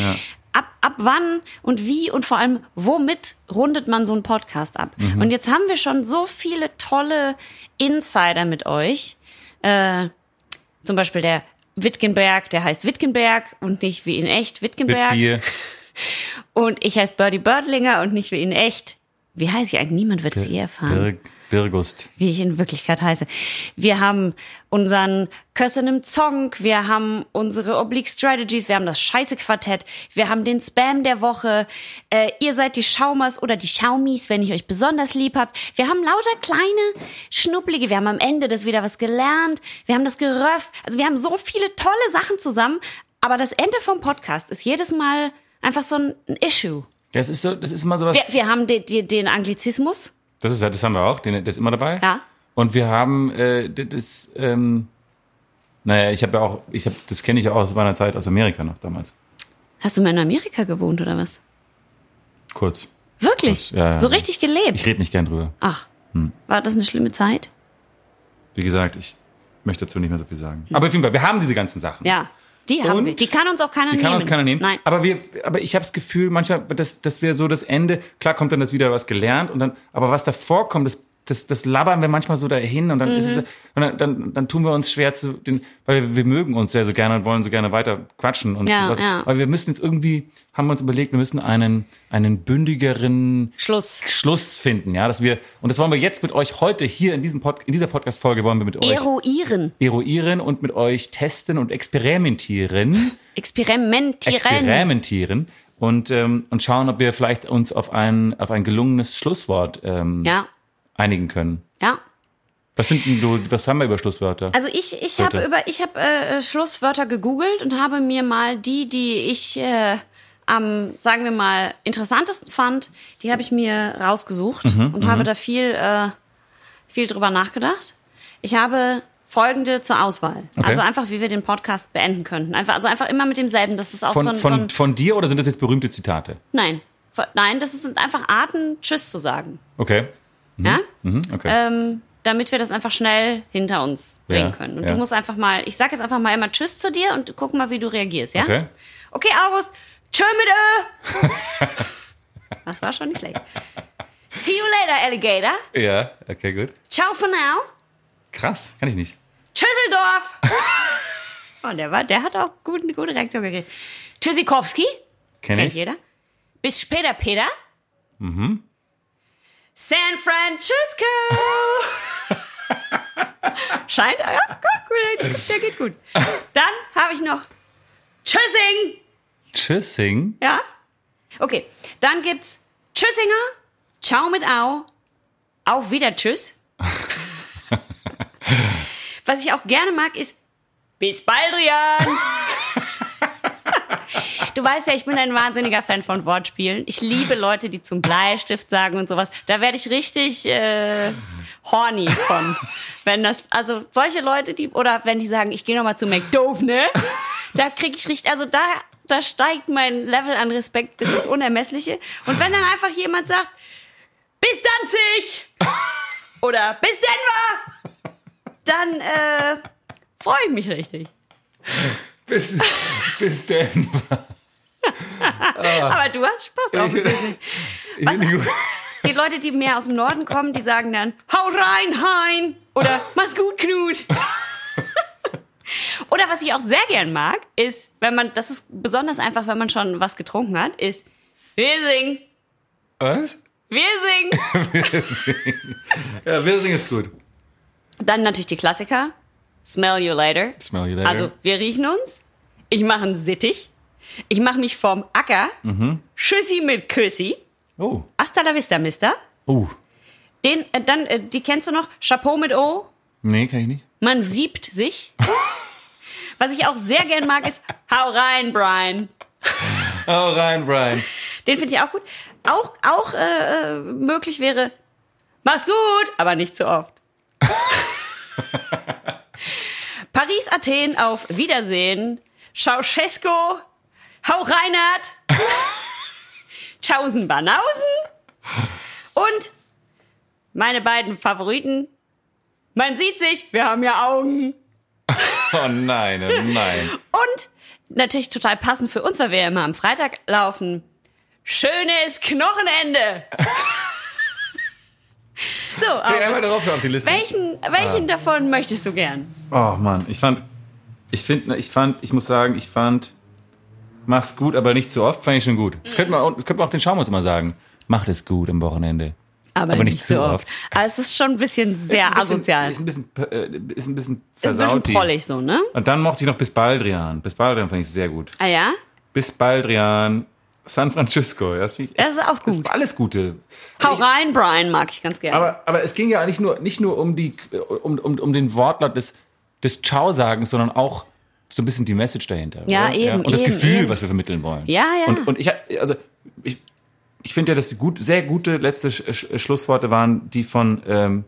Speaker 2: Ab, ab wann und wie und vor allem, womit rundet man so einen Podcast ab? Und jetzt haben wir schon so viele tolle Insider mit euch. Äh, zum Beispiel der Wittgenberg, der heißt Wittgenberg und nicht wie in echt
Speaker 1: Mit
Speaker 2: Wittgenberg.
Speaker 1: Bier.
Speaker 2: Und ich heiße Birdie Birdlinger und nicht wie in echt. Wie heiße ich eigentlich? Niemand wird es je erfahren
Speaker 1: Bir Birgust.
Speaker 2: wie ich in Wirklichkeit heiße. Wir haben unseren Kössenem Song, wir haben unsere Oblique Strategies, wir haben das Scheiße Quartett, wir haben den Spam der Woche, äh, ihr seid die Schaumers oder die Schaumis, wenn ich euch besonders lieb habt. Wir haben lauter kleine Schnupplige, wir haben am Ende das wieder was gelernt, wir haben das Geröff, also wir haben so viele tolle Sachen zusammen, aber das Ende vom Podcast ist jedes Mal einfach so ein ein Issue.
Speaker 1: Das ist so, das ist immer sowas.
Speaker 2: Wir, wir haben den, den, den Anglizismus,
Speaker 1: Das ist ja, das haben wir auch, den, der ist immer dabei.
Speaker 2: Ja.
Speaker 1: Und wir haben äh, das, ähm, naja, ich habe ja auch, ich habe, das kenne ich ja auch aus meiner Zeit aus Amerika noch damals.
Speaker 2: Hast du mal in Amerika gewohnt oder was?
Speaker 1: Kurz. Das-
Speaker 2: Wirklich?
Speaker 1: ja, ja,
Speaker 2: so
Speaker 1: ja.
Speaker 2: richtig gelebt?
Speaker 1: Ich Hm. rede nicht gern drüber.
Speaker 2: Ach, war das eine schlimme Zeit?
Speaker 1: Wie gesagt, ich möchte dazu nicht mehr so viel sagen. Aber auf jeden Fall, wir haben diese ganzen Sachen.
Speaker 2: Ja, die haben
Speaker 1: Und?
Speaker 2: wir. Die kann uns auch keiner
Speaker 1: Die
Speaker 2: nehmen.
Speaker 1: kann uns keiner nehmen.
Speaker 2: Nein.
Speaker 1: Aber wir, aber ich habe das Gefühl, manchmal, dass, dass wir so das Ende, klar kommt dann das wieder was gelernt und dann, aber was davor kommt, das, das, das labern wir manchmal so dahin und dann ist es,
Speaker 2: Mhm.
Speaker 1: und dann, dann, dann tun wir uns schwer zu den, weil wir, wir mögen uns sehr so gerne und wollen so gerne weiter quatschen und
Speaker 2: Ja,
Speaker 1: sowas.
Speaker 2: ja.
Speaker 1: Aber wir müssen jetzt irgendwie, haben wir uns überlegt, wir müssen einen, einen bündigeren
Speaker 2: Schluss.
Speaker 1: Schluss finden, ja, dass wir, und das wollen wir jetzt mit euch heute hier in diesem Pod, in dieser Podcast-Folge wollen wir mit euch
Speaker 2: Eruieren.
Speaker 1: eruieren und mit euch testen und experimentieren
Speaker 2: Experimentieren.
Speaker 1: experimentieren und, ähm, und schauen, ob wir vielleicht uns auf ein, auf ein gelungenes Schlusswort ähm,
Speaker 2: Ja,
Speaker 1: einigen können.
Speaker 2: ja.
Speaker 1: Was sind denn du, was haben wir über Schlusswörter?
Speaker 2: Also ich, ich habe
Speaker 1: Bitte.
Speaker 2: über ich habe äh, Schlusswörter gegoogelt und habe mir mal die, die ich äh, am sagen wir mal interessantesten fand, die habe ich mir rausgesucht
Speaker 1: Mhm,
Speaker 2: und habe da viel äh, viel drüber nachgedacht. Ich habe folgende zur Auswahl.
Speaker 1: Okay.
Speaker 2: Also einfach wie wir den Podcast beenden könnten. Einfach also einfach immer mit demselben, das ist auch
Speaker 1: von,
Speaker 2: so ein,
Speaker 1: von,
Speaker 2: so ein
Speaker 1: von dir oder sind das jetzt berühmte Zitate?
Speaker 2: nein, Von- nein, das sind einfach Arten tschüss zu sagen,
Speaker 1: Okay.
Speaker 2: ja?
Speaker 1: Mhm, okay.
Speaker 2: ähm, damit wir das einfach schnell hinter uns bringen
Speaker 1: Ja,
Speaker 2: können. Und
Speaker 1: ja.
Speaker 2: du musst einfach mal, ich sag jetzt einfach mal immer Tschüss zu dir und guck mal, wie du reagierst, ja?
Speaker 1: Okay.
Speaker 2: Okay, August, tschö mit Ö. Das war schon nicht schlecht. See you later, Alligator.
Speaker 1: ja, okay, gut.
Speaker 2: Ciao for now.
Speaker 1: Krass, kann ich nicht.
Speaker 2: Tschüsseldorf. Und der war, der hat auch gut, eine gute Reaktion gekriegt. Tschüssikowski,
Speaker 1: Kenn
Speaker 2: kennt
Speaker 1: ich.
Speaker 2: jeder. Bis später, Peter. Mhm. San Francisco. Scheint, ja, gut, gut, der geht gut. Dann habe ich noch Tschüssing.
Speaker 1: Tschüssing.
Speaker 2: Ja? Okay, dann gibt's Tschüssinger, Ciao mit Au, auf wieder Tschüss. Was ich auch gerne mag, ist Bis Baldrian. Du weißt ja, ich bin ein wahnsinniger Fan von Wortspielen. Ich liebe Leute, die zum Bleistift sagen und sowas. Da werde ich richtig äh, horny von. Wenn das, also solche Leute, die, oder wenn die sagen, ich gehe nochmal zu McDoof, ne? Da kriege ich richtig, also da, da steigt mein Level an Respekt bis ins Unermessliche. Und wenn dann einfach jemand sagt, bis Danzig! Oder bis Denver! Dann äh, freue ich mich richtig.
Speaker 1: Bis, bis denn.
Speaker 2: Aber du hast Spaß auch.
Speaker 1: Ich bin nicht gut.
Speaker 2: Die Leute, die mehr aus dem Norden kommen, die sagen dann, hau rein, Hein! Oder mach's gut, Knut! Oder was ich auch sehr gern mag, ist, wenn man, das ist besonders einfach, wenn man schon was getrunken hat, ist, wir singen,
Speaker 1: Was?
Speaker 2: wir singen.
Speaker 1: Ja, Wirsing ist gut.
Speaker 2: Dann natürlich die Klassiker, smell you later.
Speaker 1: Smell Oh, you later.
Speaker 2: Also, wir riechen uns, ich mache einen Sittich, ich mache mich vom Acker, Tschüssi mit Küssi,
Speaker 1: oh.
Speaker 2: hasta la vista, mister.
Speaker 1: Oh.
Speaker 2: Den, äh, dann, äh, die kennst du noch, Chapeau mit O,
Speaker 1: Nee, kann ich nicht.
Speaker 2: Man siebt sich. Was ich auch sehr gern mag, ist Hau rein, Brian.
Speaker 1: Oh, rein, Brian.
Speaker 2: Den finde ich auch gut. Auch, auch äh, äh, möglich wäre Mach's gut, aber nicht zu oft. Paris, Athen, auf Wiedersehen. Ceausescu, Hau Reinhard. Tschaußen, Banausen. Und meine beiden Favoriten. Man sieht sich, wir haben ja Augen.
Speaker 1: Oh nein, oh nein.
Speaker 2: Und natürlich total passend für uns, weil wir ja immer am Freitag laufen. Schönes Knochenende! so,
Speaker 1: Geh einmal Ah.
Speaker 2: aber
Speaker 1: darauf auf die Liste.
Speaker 2: welchen, welchen davon möchtest du gern?
Speaker 1: Oh Mann, ich fand, ich finde, ich fand, ich muss sagen, ich fand, mach's gut, aber nicht zu oft, fand ich schon gut. Das könnte man, das könnte man auch den Schaumuns immer sagen. Macht es gut am Wochenende. Aber nicht zu oft.
Speaker 2: Aber es ist schon ein bisschen sehr
Speaker 1: Ist ein bisschen-
Speaker 2: asozial.
Speaker 1: Ist ein bisschen, äh, ist ein bisschen
Speaker 2: Ist ein bisschen
Speaker 1: versaut. die.
Speaker 2: prollig so, ne?
Speaker 1: Und dann mochte ich noch bis Baldrian. Bis Baldrian fand ich sehr gut.
Speaker 2: Ah ja?
Speaker 1: Bis Baldrian, San Francisco. Das, find ich
Speaker 2: Das ist auch
Speaker 1: Das
Speaker 2: gut.
Speaker 1: war alles Gute.
Speaker 2: Hau rein, Brian, mag ich ganz gerne.
Speaker 1: Aber, aber es ging ja nicht nur, nicht nur um, die, um, um, um den Wortlaut des, des Ciao-Sagens, sondern auch so ein bisschen die Message dahinter.
Speaker 2: Ja,
Speaker 1: oder?
Speaker 2: eben,
Speaker 1: Und das
Speaker 2: eben,
Speaker 1: Gefühl,
Speaker 2: eben.
Speaker 1: was wir vermitteln wollen.
Speaker 2: Ja, ja.
Speaker 1: Und, und ich, hab- also, ich, ich finde ja, dass die gut, sehr gute letzte Sch Sch Schlussworte waren die von ähm,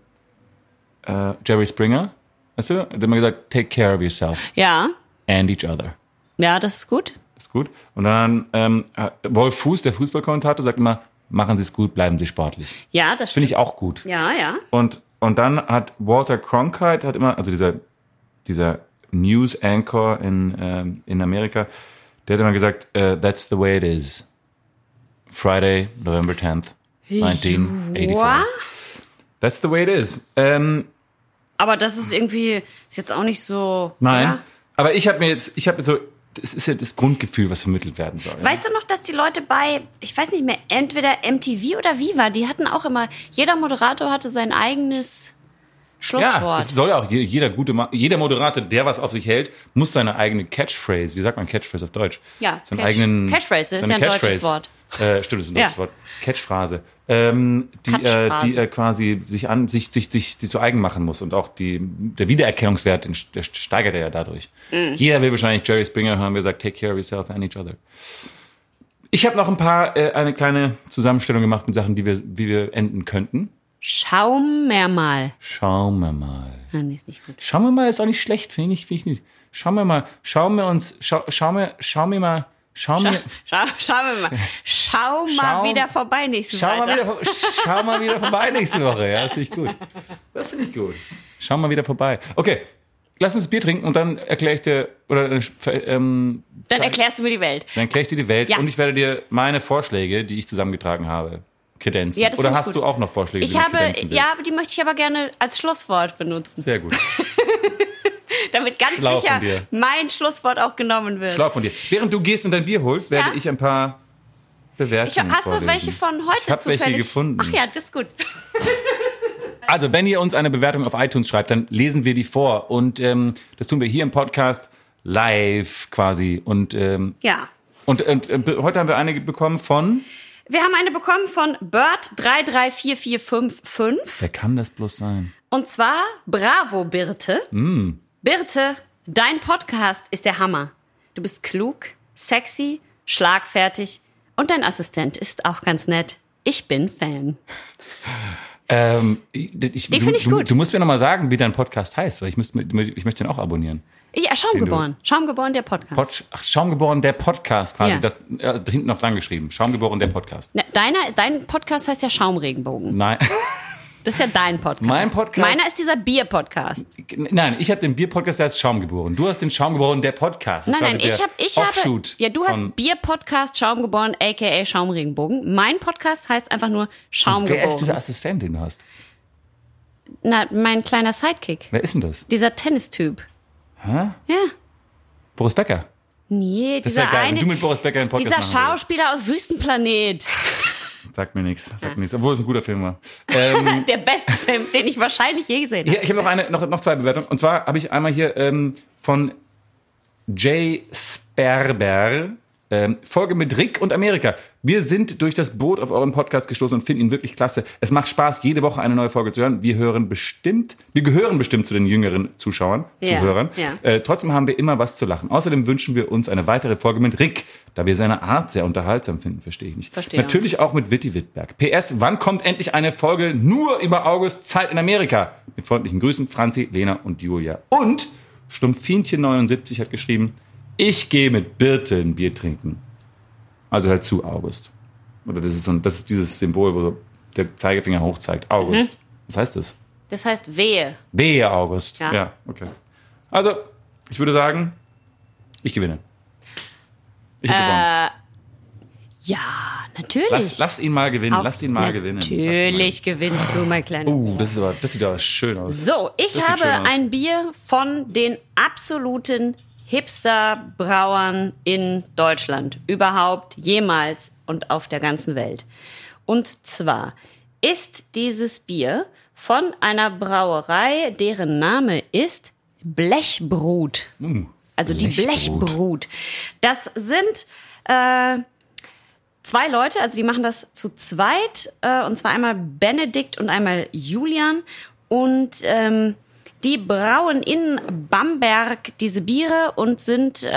Speaker 1: äh, Jerry Springer. Weißt du? Er hat immer gesagt, take care of yourself
Speaker 2: ja,
Speaker 1: and each other.
Speaker 2: ja, das ist gut.
Speaker 1: Das ist gut. Und dann ähm, äh, Wolf Fuß, der Fußballkommentator, sagt immer, machen Sie es gut, bleiben Sie sportlich.
Speaker 2: Ja, das
Speaker 1: Finde
Speaker 2: stimmt.
Speaker 1: ich auch gut.
Speaker 2: Ja, ja.
Speaker 1: Und, und dann hat Walter Cronkite hat immer, also dieser, dieser News Anchor in, ähm, in Amerika, der hat immer gesagt, äh, that's the way it is. Friday, November 10th, 1984.
Speaker 2: Joa.
Speaker 1: That's the way it is. Ähm,
Speaker 2: Aber das ist irgendwie, ist jetzt auch nicht so.
Speaker 1: nein,
Speaker 2: Ja.
Speaker 1: aber ich habe mir jetzt, ich habe so, das ist ja das Grundgefühl, was vermittelt werden soll.
Speaker 2: Weißt du noch, dass die Leute bei, ich weiß nicht mehr, entweder MTV oder Viva, die hatten auch immer, jeder Moderator hatte sein eigenes
Speaker 1: ja,
Speaker 2: Schlusswort.
Speaker 1: es soll ja auch je- jeder gute, Ma jeder Moderator, der was auf sich hält, muss seine eigene Catchphrase, wie sagt man Catchphrase auf Deutsch?
Speaker 2: Ja,
Speaker 1: seinen
Speaker 2: Catch-
Speaker 1: eigenen
Speaker 2: Catchphrase ist
Speaker 1: seine
Speaker 2: ja ein deutsches Wort.
Speaker 1: Äh, stimmt, das ist ein
Speaker 2: Ja.
Speaker 1: deutsches Wort. Catchphrase. Ähm, die, äh,
Speaker 2: Catchphrase.
Speaker 1: die äh, quasi sich an, sich, sich, sich, sich zu eigen machen muss und auch die, der Wiedererkennungswert, den, der steigert er ja dadurch.
Speaker 2: Mhm.
Speaker 1: Jeder will wahrscheinlich Jerry Springer hören, wie er sagt, take care of yourself and each other. Ich habe noch ein paar, äh, eine kleine Zusammenstellung gemacht mit Sachen, die wir, wie wir enden könnten.
Speaker 2: Schaum mehrmal.
Speaker 1: Schauen wir mal.
Speaker 2: Nein, die ist nicht gut.
Speaker 1: Schauen wir mal, ist auch nicht schlecht, finde ich, finde ich nicht. Schauen wir mal, schauen wir uns, schau, schauen wir, schauen wir mal, schauen wir,
Speaker 2: Schau, schauen wir mal. Schau mal
Speaker 1: Schau-
Speaker 2: wieder vorbei nächsten
Speaker 1: Schau mal,
Speaker 2: Freitag.
Speaker 1: wieder, schau mal wieder vorbei nächste Woche. Ja, das finde ich gut. Das finde ich gut. Schau mal wieder vorbei. Okay, lass uns Bier trinken und dann erkläre ich dir, oder äh, ähm,
Speaker 2: Dann erklärst du mir die Welt.
Speaker 1: dann erkläre ich dir die Welt
Speaker 2: Ja.
Speaker 1: und ich werde dir meine Vorschläge, die ich zusammengetragen habe, kredenzen.
Speaker 2: Ja, das
Speaker 1: oder
Speaker 2: finde ich
Speaker 1: hast
Speaker 2: gut.
Speaker 1: du auch noch Vorschläge, die
Speaker 2: Ich
Speaker 1: du
Speaker 2: habe,
Speaker 1: kredenzen willst?
Speaker 2: ja, aber die möchte ich aber gerne als Schlusswort benutzen,
Speaker 1: Sehr gut.
Speaker 2: damit ganz
Speaker 1: Schlau von
Speaker 2: sicher
Speaker 1: dir.
Speaker 2: mein Schlusswort auch genommen wird.
Speaker 1: Schlau von dir. Während du gehst und dein Bier holst, werde
Speaker 2: Ja.
Speaker 1: ich ein paar
Speaker 2: Ich,
Speaker 1: Bewertungen
Speaker 2: hast du
Speaker 1: vorlesen.
Speaker 2: welche von heute
Speaker 1: Ich habe
Speaker 2: zufällig?
Speaker 1: welche gefunden.
Speaker 2: Ach ja, das ist gut.
Speaker 1: Also, wenn ihr uns eine Bewertung auf iTunes schreibt, dann lesen wir die vor. Und ähm, das tun wir hier im Podcast live quasi. Und, ähm,
Speaker 2: Ja.
Speaker 1: und, und äh, be- heute haben wir eine bekommen von.
Speaker 2: Wir haben eine bekommen von Bird334455
Speaker 1: Wer kann das bloß sein?
Speaker 2: und zwar Bravo Birte.
Speaker 1: Mm.
Speaker 2: Birte, dein Podcast ist der Hammer. Du bist klug, sexy, schlagfertig und dein Assistent ist auch ganz nett. Ich bin Fan.
Speaker 1: Ähm, ich, ich,
Speaker 2: Die
Speaker 1: du-
Speaker 2: find ich
Speaker 1: du,
Speaker 2: gut.
Speaker 1: Du musst mir nochmal sagen, wie dein Podcast heißt, weil ich, müsste, mir- ich möchte den auch abonnieren.
Speaker 2: Ja, Schaumgeboren. Schaumgeboren, der Podcast.
Speaker 1: Pod, ach, Schaumgeboren der Podcast quasi.
Speaker 2: Ja.
Speaker 1: Das äh, hinten noch dran geschrieben. Schaumgeboren der Podcast.
Speaker 2: Ne, Deiner, dein Podcast heißt ja Schaumregenbogen.
Speaker 1: Nein,
Speaker 2: Das ist ja dein Podcast.
Speaker 1: Mein Podcast-
Speaker 2: Meiner ist dieser Bier-Podcast.
Speaker 1: nein, ich habe den Bier-Podcast, der heißt Schaumgeboren. Du hast den Schaumgeboren der Podcast. Das
Speaker 2: Nein,
Speaker 1: ist
Speaker 2: nein,
Speaker 1: quasi
Speaker 2: ich
Speaker 1: der
Speaker 2: habe, ich habe,
Speaker 1: Offshoot
Speaker 2: ja, du
Speaker 1: von-
Speaker 2: hast Bier-Podcast Schaumgeboren, aka Schaumregenbogen. Mein Podcast heißt einfach
Speaker 1: Wer
Speaker 2: nur
Speaker 1: ist dieser
Speaker 2: Schaumgeboren.
Speaker 1: Assistent, den du hast?
Speaker 2: Na, mein kleiner Sidekick.
Speaker 1: Wer ist denn das?
Speaker 2: Dieser Tennistyp. Hä? Ja.
Speaker 1: Boris Becker.
Speaker 2: Nee,
Speaker 1: Das
Speaker 2: dieser
Speaker 1: wäre geil,
Speaker 2: eine,
Speaker 1: wenn du mit Boris Becker einen Podcast
Speaker 2: dieser
Speaker 1: machen würdest.
Speaker 2: Schauspieler aus Wüstenplanet.
Speaker 1: Sagt mir nichts, sagt mir nichts, obwohl es ein guter Film war.
Speaker 2: Der beste Film, den ich wahrscheinlich je gesehen habe.
Speaker 1: Ja, ich habe noch eine, noch, noch zwei Bewertungen. Und zwar habe ich einmal hier ähm, von Jay Sperber. Ähm, Folge mit Rick und Amerika. Wir sind durch das Boot auf euren Podcast gestoßen und finden ihn wirklich klasse. Es macht Spaß, jede Woche eine neue Folge zu hören. Wir hören bestimmt, wir gehören bestimmt zu den jüngeren Zuschauern,
Speaker 2: Ja,
Speaker 1: Zuhörern.
Speaker 2: ja.
Speaker 1: Äh, trotzdem haben wir immer was zu lachen. Außerdem wünschen wir uns eine weitere Folge mit Rick, da wir seine Art sehr unterhaltsam finden, verstehe ich nicht.
Speaker 2: Verstehe.
Speaker 1: Natürlich auch mit Witti Wittberg. PS, wann kommt endlich eine Folge nur über August Zeit in Amerika? Mit freundlichen Grüßen, Franzi, Lena und Julia. Und Stumpfinchen79 hat geschrieben, ich gehe mit Birte ein Bier trinken. Also halt zu August. Oder das ist, so ein, das ist dieses Symbol, wo der Zeigefinger hochzeigt. August. Was heißt das?
Speaker 2: Das heißt Wehe.
Speaker 1: Wehe August.
Speaker 2: Ja.
Speaker 1: ja, okay. Also, ich würde sagen, ich gewinne. Ich
Speaker 2: Äh,
Speaker 1: habe gewonnen.
Speaker 2: Ja, natürlich.
Speaker 1: Lass, lass ihn mal gewinnen,
Speaker 2: Auf-
Speaker 1: lass ihn mal gewinnen. Lass ihn mal
Speaker 2: Natürlich gewinnst du, mein kleiner.
Speaker 1: gewinnen. Uh, das, ist aber, das sieht aber schön aus.
Speaker 2: So, ich
Speaker 1: Das sieht
Speaker 2: habe
Speaker 1: schön aus.
Speaker 2: ein Bier von den absoluten Hipster-Brauern in Deutschland überhaupt jemals und auf der ganzen Welt. Und zwar ist dieses Bier von einer Brauerei, deren Name ist Blechbrut. Also die
Speaker 1: Hm, Blechbrut.
Speaker 2: Blechbrut. Das sind äh, zwei Leute, also die machen das zu zweit, äh, und zwar einmal Benedikt und einmal Julian. Und ähm, die brauen in Bamberg diese Biere und sind, äh,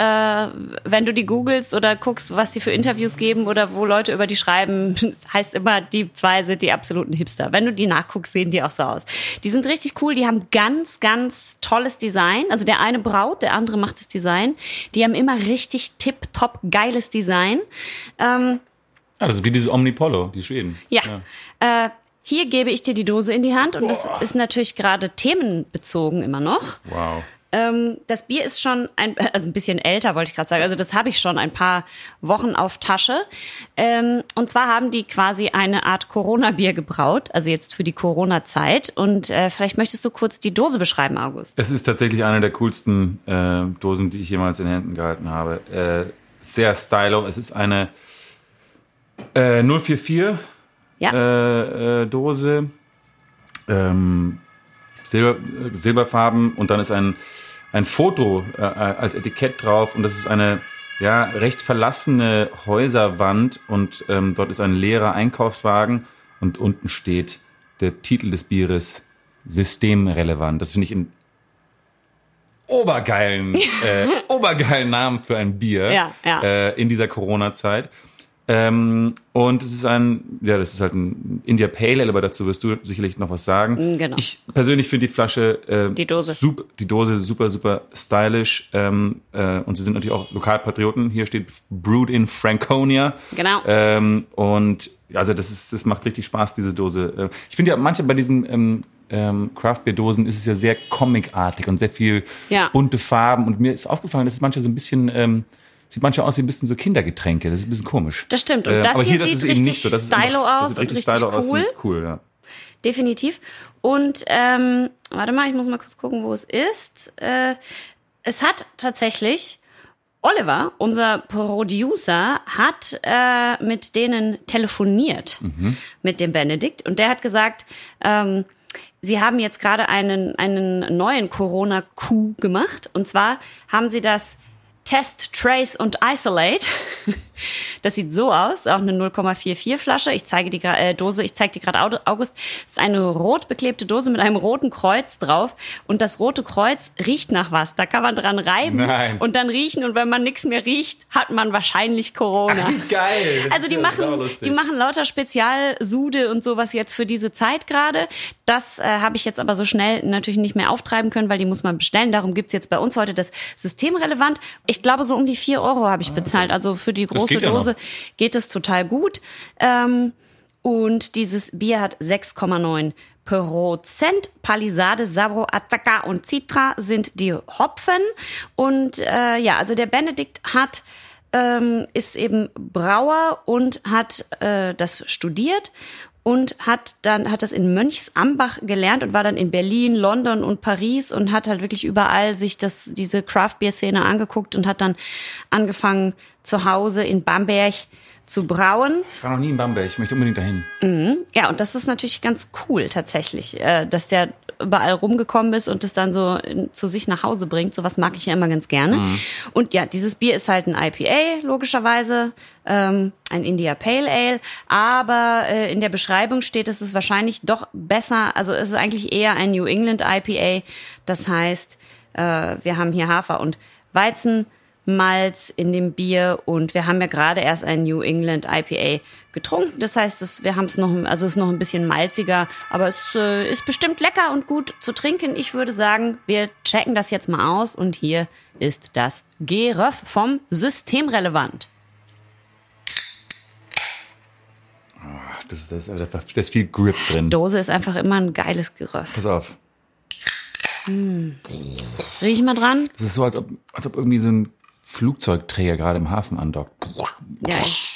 Speaker 2: wenn du die googelst oder guckst, was die für Interviews geben oder wo Leute über die schreiben, das heißt immer, die zwei sind die absoluten Hipster. Wenn du die nachguckst, sehen die auch so aus. Die sind richtig cool, die haben ganz, ganz tolles Design. Also der eine braut, der andere macht das Design. Die haben immer richtig tipp-top geiles Design. Ähm,
Speaker 1: Ah, das ist wie diese Omnipollo, die Schweden.
Speaker 2: ja. Äh, hier gebe ich dir die Dose in die Hand und das ist natürlich gerade themenbezogen immer noch.
Speaker 1: Wow.
Speaker 2: Ähm, das Bier ist schon ein, also ein bisschen älter, wollte ich gerade sagen. Also das habe ich schon ein paar Wochen auf Tasche. Ähm, und zwar haben die quasi eine Art Corona-Bier gebraut, also jetzt für die Corona-Zeit. Und äh, vielleicht möchtest du kurz die Dose beschreiben, August.
Speaker 1: Es ist tatsächlich eine der coolsten äh, Dosen, die ich jemals in Händen gehalten habe. Äh, sehr stylo. Es ist eine äh, 044
Speaker 2: Ja.
Speaker 1: äh, äh, Dose. Ähm, Silber, äh, Silberfarben und dann ist ein, ein Foto äh, als Etikett äh, drauf und das ist eine ja, recht verlassene Häuserwand und ähm, dort ist ein leerer Einkaufswagen und unten steht der Titel des Bieres systemrelevant. Das finde ich einen obergeilen, äh, obergeilen Namen für ein Bier
Speaker 2: Ja, ja.
Speaker 1: Äh, in dieser Corona-Zeit. Ähm, und es ist ein, ja, das ist halt ein India Pale Ale, aber dazu wirst du sicherlich noch was sagen.
Speaker 2: Mm, genau.
Speaker 1: Ich persönlich finde die Flasche, äh,
Speaker 2: Die Dose.
Speaker 1: Super, die Dose super, super stylisch. Ähm, äh, und sie sind natürlich auch Lokalpatrioten. Hier steht Brewed in Franconia.
Speaker 2: Genau.
Speaker 1: Ähm, und also das ist, das macht richtig Spaß, diese Dose. Äh, Ich finde ja, manche bei diesen ähm, ähm, Craft Beer Dosen ist es ja sehr comicartig und sehr viel
Speaker 2: Ja.
Speaker 1: bunte Farben. Und mir ist aufgefallen, dass es manche so ein bisschen ähm, sieht manchmal aus wie ein bisschen so Kindergetränke. Das ist ein bisschen komisch.
Speaker 2: Das stimmt. Und das
Speaker 1: äh, Ähm, aber
Speaker 2: hier
Speaker 1: das
Speaker 2: sieht
Speaker 1: ist eben
Speaker 2: richtig
Speaker 1: nicht so. Das ist einfach-
Speaker 2: stylo
Speaker 1: das
Speaker 2: aus
Speaker 1: sieht
Speaker 2: und richtig
Speaker 1: stylo aus und
Speaker 2: cool.
Speaker 1: cool, ja.
Speaker 2: definitiv. Und ähm, warte mal, ich muss mal kurz gucken, wo es ist. Äh, es hat tatsächlich Oliver, unser Producer, hat äh, mit denen telefoniert, mit dem Benedikt. Und der hat gesagt, ähm, sie haben jetzt gerade einen, einen neuen Corona-Coup gemacht. Und zwar haben sie das Test, Trace und Isolate. Das sieht so aus, auch eine 0,44 Flasche. Ich zeige die gra- äh, Dose, ich zeige die gerade Au- August. Das ist eine rot beklebte Dose mit einem roten Kreuz drauf und das rote Kreuz riecht nach was. Da kann man dran reiben
Speaker 1: Nein.
Speaker 2: und dann riechen und wenn man nichts mehr riecht, hat man wahrscheinlich Corona.
Speaker 1: geil.
Speaker 2: Also die machen, die machen lauter Spezialsude und sowas jetzt für diese Zeit gerade. Das äh, habe ich jetzt aber so schnell natürlich nicht mehr auftreiben können, weil die muss man bestellen. Darum gibt's jetzt bei uns heute das Systemrelevant. Ich glaube, so um die vier Euro habe ich bezahlt. Also für die große
Speaker 1: Ah, geht ja noch.
Speaker 2: Dose geht es total gut. Ähm, und dieses Bier hat 6,9 Prozent. Palisade, Sabro, Azaka und Citra sind die Hopfen. Und äh, ja, also der Benedikt hat ähm, ist eben Brauer und hat äh, das studiert und hat dann hat das in Mönchsambach gelernt und war dann in Berlin, London und Paris und hat halt wirklich überall sich das diese Craft Beer Szene angeguckt und hat dann angefangen zu Hause in Bamberg zu brauen.
Speaker 1: Ich war noch nie in Bamberg. Ich möchte unbedingt dahin.
Speaker 2: Ja, und das ist natürlich ganz cool tatsächlich, äh, dass der überall rumgekommen ist und es dann so in, zu sich nach Hause bringt. Sowas mag ich ja immer ganz gerne. Und ja, dieses Bier ist halt ein IPA, logischerweise, ähm, ein India Pale Ale, aber äh, in der Beschreibung steht, es ist wahrscheinlich doch besser, also es ist eigentlich eher ein New England IPA. Das heißt, äh, wir haben hier Hafer und Weizen. Malz in dem Bier und wir haben ja gerade erst ein New England IPA getrunken. Das heißt, es, wir haben es noch, also es ist noch ein bisschen malziger, aber es äh, ist bestimmt lecker und gut zu trinken. Ich würde sagen, wir checken das jetzt mal aus und hier ist das Geröff vom Systemrelevant.
Speaker 1: Ach, Das ist, das, ist, da ist viel Grip drin.
Speaker 2: Dose ist einfach immer ein geiles Geröff.
Speaker 1: Pass auf.
Speaker 2: Riech mal dran.
Speaker 1: Das ist so, als ob, als ob irgendwie so ein Flugzeugträger gerade im Hafen andockt.
Speaker 2: Ja. ich-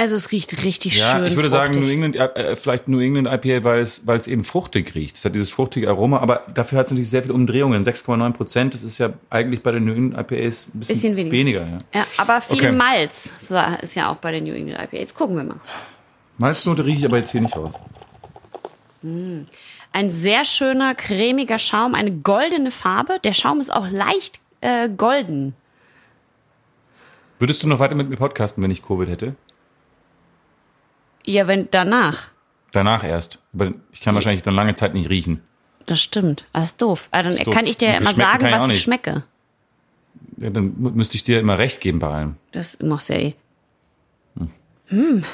Speaker 2: Also es riecht richtig schön.
Speaker 1: Ja, ich würde sagen, New
Speaker 2: fruchtig.
Speaker 1: England, äh, vielleicht New England IPA, weil es, weil es eben fruchtig riecht. Es hat dieses fruchtige Aroma, aber dafür hat es natürlich sehr viele Umdrehungen. 6,9 Prozent, das ist ja eigentlich bei den New England IPAs ein bisschen,
Speaker 2: Bisschen weniger.
Speaker 1: weniger. ja.
Speaker 2: Ja, aber viel
Speaker 1: Okay.
Speaker 2: Malz ist ja auch bei den New England IPAs. Gucken wir mal.
Speaker 1: Malznote rieche ich aber jetzt hier nicht raus.
Speaker 2: Ein sehr schöner, cremiger Schaum, eine goldene Farbe. Der Schaum ist auch leicht äh, golden.
Speaker 1: Würdest du noch weiter mit mir podcasten, wenn ich Covid hätte?
Speaker 2: Ja, wenn danach.
Speaker 1: Danach erst. Aber ich kann wahrscheinlich dann lange Zeit nicht riechen.
Speaker 2: Das stimmt. Das ist doof. Ah, dann
Speaker 1: Ist doof.
Speaker 2: kann ich dir ja
Speaker 1: Und
Speaker 2: immer
Speaker 1: schmecken
Speaker 2: sagen,
Speaker 1: kann ich
Speaker 2: was
Speaker 1: auch
Speaker 2: ich
Speaker 1: nicht.
Speaker 2: schmecke.
Speaker 1: Ja, dann mü- müsste ich dir immer recht geben bei allem.
Speaker 2: Das machst du ja eh. Hm.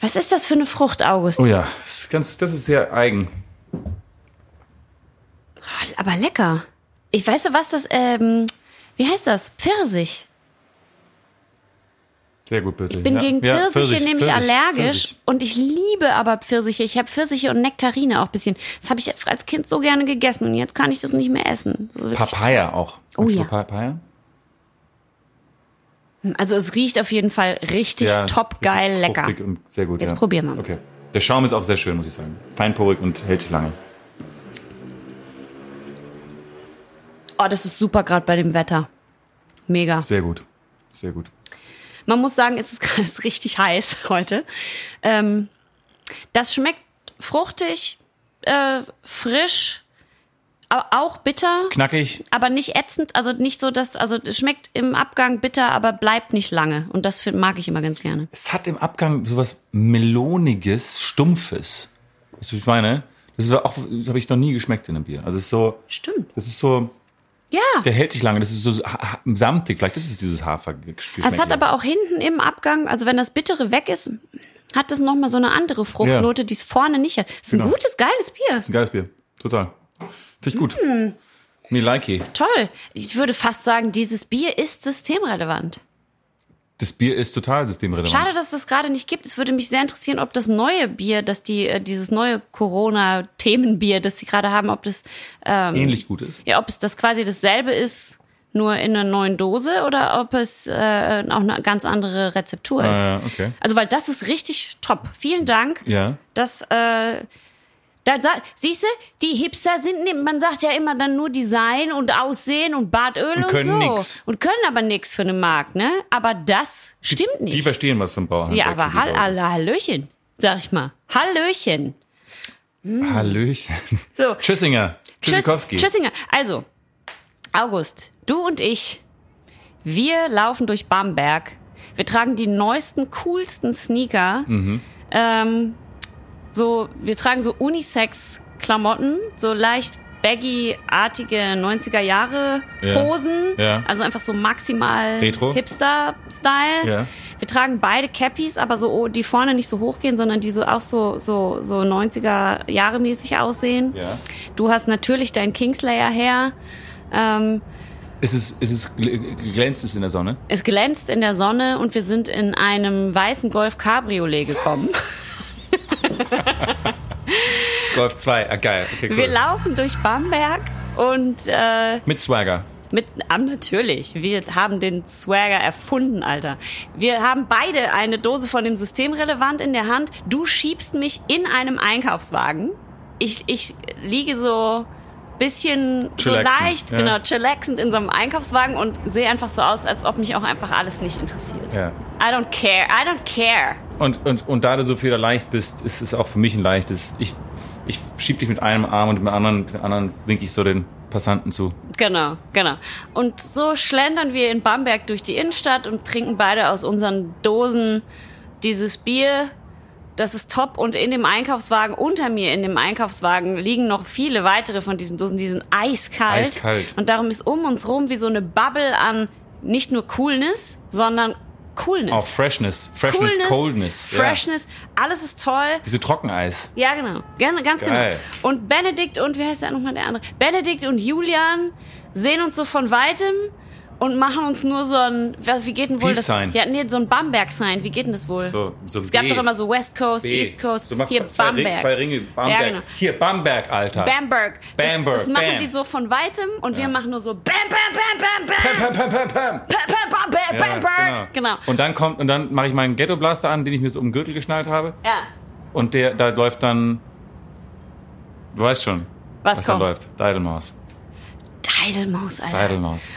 Speaker 2: Was ist das für eine Frucht, August?
Speaker 1: Oh ja, das ist, ganz, das ist sehr eigen.
Speaker 2: Aber lecker. Ich weiß ja, was das, ähm, wie heißt das? Pfirsich.
Speaker 1: Sehr gut, bitte. Ich
Speaker 2: bin gegen Pfirsiche nämlich allergisch und ich liebe aber Pfirsiche. Ich habe Pfirsiche und Nektarine auch ein bisschen. Das habe ich als Kind so gerne gegessen und jetzt kann ich das nicht mehr essen. Das ist wirklich-
Speaker 1: Papaya auch.
Speaker 2: Oh
Speaker 1: Magst du
Speaker 2: ja.
Speaker 1: Papaya?
Speaker 2: Also es riecht auf jeden Fall richtig top geil
Speaker 1: richtig
Speaker 2: lecker.
Speaker 1: fruchtig Und sehr gut,
Speaker 2: Jetzt
Speaker 1: ja.
Speaker 2: probieren wir mal.
Speaker 1: Okay. Der Schaum ist auch sehr schön, muss ich sagen. Feinporig und hält sich lange.
Speaker 2: Oh, das ist super gerade bei dem Wetter. Mega.
Speaker 1: Sehr gut. Sehr gut.
Speaker 2: Man muss sagen, es ist gerade richtig heiß heute. Ähm, das schmeckt fruchtig, äh, frisch, au- auch bitter,
Speaker 1: Knackig.
Speaker 2: aber nicht ätzend, also nicht so, dass, also es schmeckt im Abgang bitter, aber bleibt nicht lange. Und das find- mag ich immer ganz gerne.
Speaker 1: Es hat im Abgang sowas Meloniges, Stumpfes. Weißt du, was ich meine? Das, war auch- das habe ich noch nie geschmeckt in einem Bier. Also es ist so,
Speaker 2: Stimmt.
Speaker 1: das ist so,
Speaker 2: Ja.
Speaker 1: der hält sich lange. Das ist so ha- ha- samtig. Vielleicht ist es dieses Hafergeschmack.
Speaker 2: Es hat aber auch hinten im Abgang, also wenn das Bittere weg ist, hat das nochmal so eine andere Fruchtnote, die es vorne nicht hat. Ist ein
Speaker 1: Genau.
Speaker 2: gutes, geiles Bier.
Speaker 1: Ein geiles Bier. Total. Finde ich gut.
Speaker 2: Hm.
Speaker 1: Me likey.
Speaker 2: Toll. Ich würde fast sagen, dieses Bier ist systemrelevant.
Speaker 1: Das Bier ist total systemrelevant.
Speaker 2: Schade, dass es das gerade nicht gibt. Es würde mich sehr interessieren, ob das neue Bier, dass die, äh, dieses neue Corona-Themenbier, das sie gerade haben, ob das, ähm,
Speaker 1: Ähnlich gut ist.
Speaker 2: ja, ob es das quasi dasselbe ist, nur in einer neuen Dose oder ob es äh, auch eine ganz andere Rezeptur ist.
Speaker 1: Äh, okay.
Speaker 2: Also, weil das ist richtig top. Vielen Dank.
Speaker 1: Ja.
Speaker 2: Das, äh, da sagt, siehste, die Hipster sind, nicht- man sagt ja immer dann nur Design und Aussehen und Bartöl und,
Speaker 1: können
Speaker 2: so.
Speaker 1: nix.
Speaker 2: Und können aber nix für den Markt, ne? Aber das stimmt nicht.
Speaker 1: Die verstehen was vom Bauhandwerk.
Speaker 2: ja, aber
Speaker 1: die
Speaker 2: hall,
Speaker 1: Leute.
Speaker 2: hall, Hallöchen, sag ich mal. Hallöchen.
Speaker 1: Hallöchen.
Speaker 2: So.
Speaker 1: Tschüssinger.
Speaker 2: Tschüss,
Speaker 1: Tschüssikowski.
Speaker 2: Tschüssinger. Also, August, du und ich, wir laufen durch Bamberg. Wir tragen die neuesten, coolsten Sneaker.
Speaker 1: Mhm.
Speaker 2: Ähm, so, wir tragen so Unisex-Klamotten, so leicht baggy-artige 90er Jahre
Speaker 1: Ja.
Speaker 2: Hosen.
Speaker 1: Ja.
Speaker 2: Also einfach so maximal
Speaker 1: Retro.
Speaker 2: Hipster-Style.
Speaker 1: Ja.
Speaker 2: Wir tragen beide Cappies, aber so, oh, die vorne nicht so hoch gehen, sondern die so auch so, so, so 90er Jahre mäßig aussehen.
Speaker 1: Ja.
Speaker 2: Du hast natürlich dein Kingslayer her. Ähm,
Speaker 1: Ist es, ist es, gl- glänzt es in der Sonne?
Speaker 2: es glänzt in der Sonne und wir sind in einem weißen Golf Cabriolet gekommen.
Speaker 1: Golf 2. Ah, geil. Okay, cool.
Speaker 2: Wir laufen durch Bamberg und äh,
Speaker 1: Mit Swagger.
Speaker 2: mit am natürlich. Wir haben den Swagger erfunden, Alter. Wir haben beide eine Dose von dem Systemrelevant in der Hand. Du schiebst mich in einem Einkaufswagen. Ich, ich liege so bisschen
Speaker 1: Chillaxen,
Speaker 2: so leicht,
Speaker 1: ja.
Speaker 2: genau, chillaxend in so einem Einkaufswagen und sehe einfach so aus, als ob mich auch einfach alles nicht interessiert.
Speaker 1: Ja.
Speaker 2: I don't care. I don't care.
Speaker 1: Und, und, und da du so viel leicht bist, ist es auch für mich ein leichtes. Ich, ich schieb dich mit einem Arm und mit dem anderen, mit dem anderen wink ich so den Passanten zu.
Speaker 2: Genau, genau. Und so schlendern wir in Bamberg durch die Innenstadt und trinken beide aus unseren Dosen dieses Bier. Das ist top. Und in dem Einkaufswagen, unter mir in dem Einkaufswagen, liegen noch viele weitere von diesen Dosen. Die sind eiskalt.
Speaker 1: Eiskalt.
Speaker 2: Und darum ist um uns rum wie so eine Bubble an nicht nur Coolness, sondern Coolness.
Speaker 1: Auch Freshness. Freshness, Coldness. Ja.
Speaker 2: Freshness. Alles ist toll.
Speaker 1: Diese Trockeneis.
Speaker 2: Ja, genau. Gerne, ganz
Speaker 1: Geil.
Speaker 2: genau. Und Benedikt und, wie heißt der nochmal der andere? Benedikt und Julian sehen uns so von Weitem und machen uns nur so ein, was- wie geht denn wohl
Speaker 1: Peace
Speaker 2: das?
Speaker 1: sign.
Speaker 2: Ja, nee, so ein Bamberg-Sign. Wie geht denn das wohl?
Speaker 1: So- so ein
Speaker 2: es gab
Speaker 1: B.
Speaker 2: doch immer so West Coast,
Speaker 1: B.
Speaker 2: East Coast,
Speaker 1: So macht
Speaker 2: hier
Speaker 1: zwei,
Speaker 2: Bamberg.
Speaker 1: Ringe, zwei Ringe, Bamberg.
Speaker 2: Ja, genau.
Speaker 1: Hier, Bamberg, Alter.
Speaker 2: Bamberg. Das,
Speaker 1: Bamberg,
Speaker 2: das machen
Speaker 1: bam.
Speaker 2: die so von Weitem und wir machen nur so Bam, Bam, Bam,
Speaker 1: Pam,
Speaker 2: Bam, Bam.
Speaker 1: pam, pam, pam, pam.
Speaker 2: Bam, Bam, Bam, Bam,
Speaker 1: Ja,
Speaker 2: Bamberg. Genau.
Speaker 1: Und dann kommt, und dann mache ich meinen Ghetto Blaster an, den ich mir so um den Gürtel geschnallt habe.
Speaker 2: Ja.
Speaker 1: Und der, da läuft dann, du weißt schon,
Speaker 2: Was
Speaker 1: da
Speaker 2: kommt?
Speaker 1: läuft. Deidelmaus.
Speaker 2: Deidelmaus, Alter.
Speaker 1: Deidelmaus.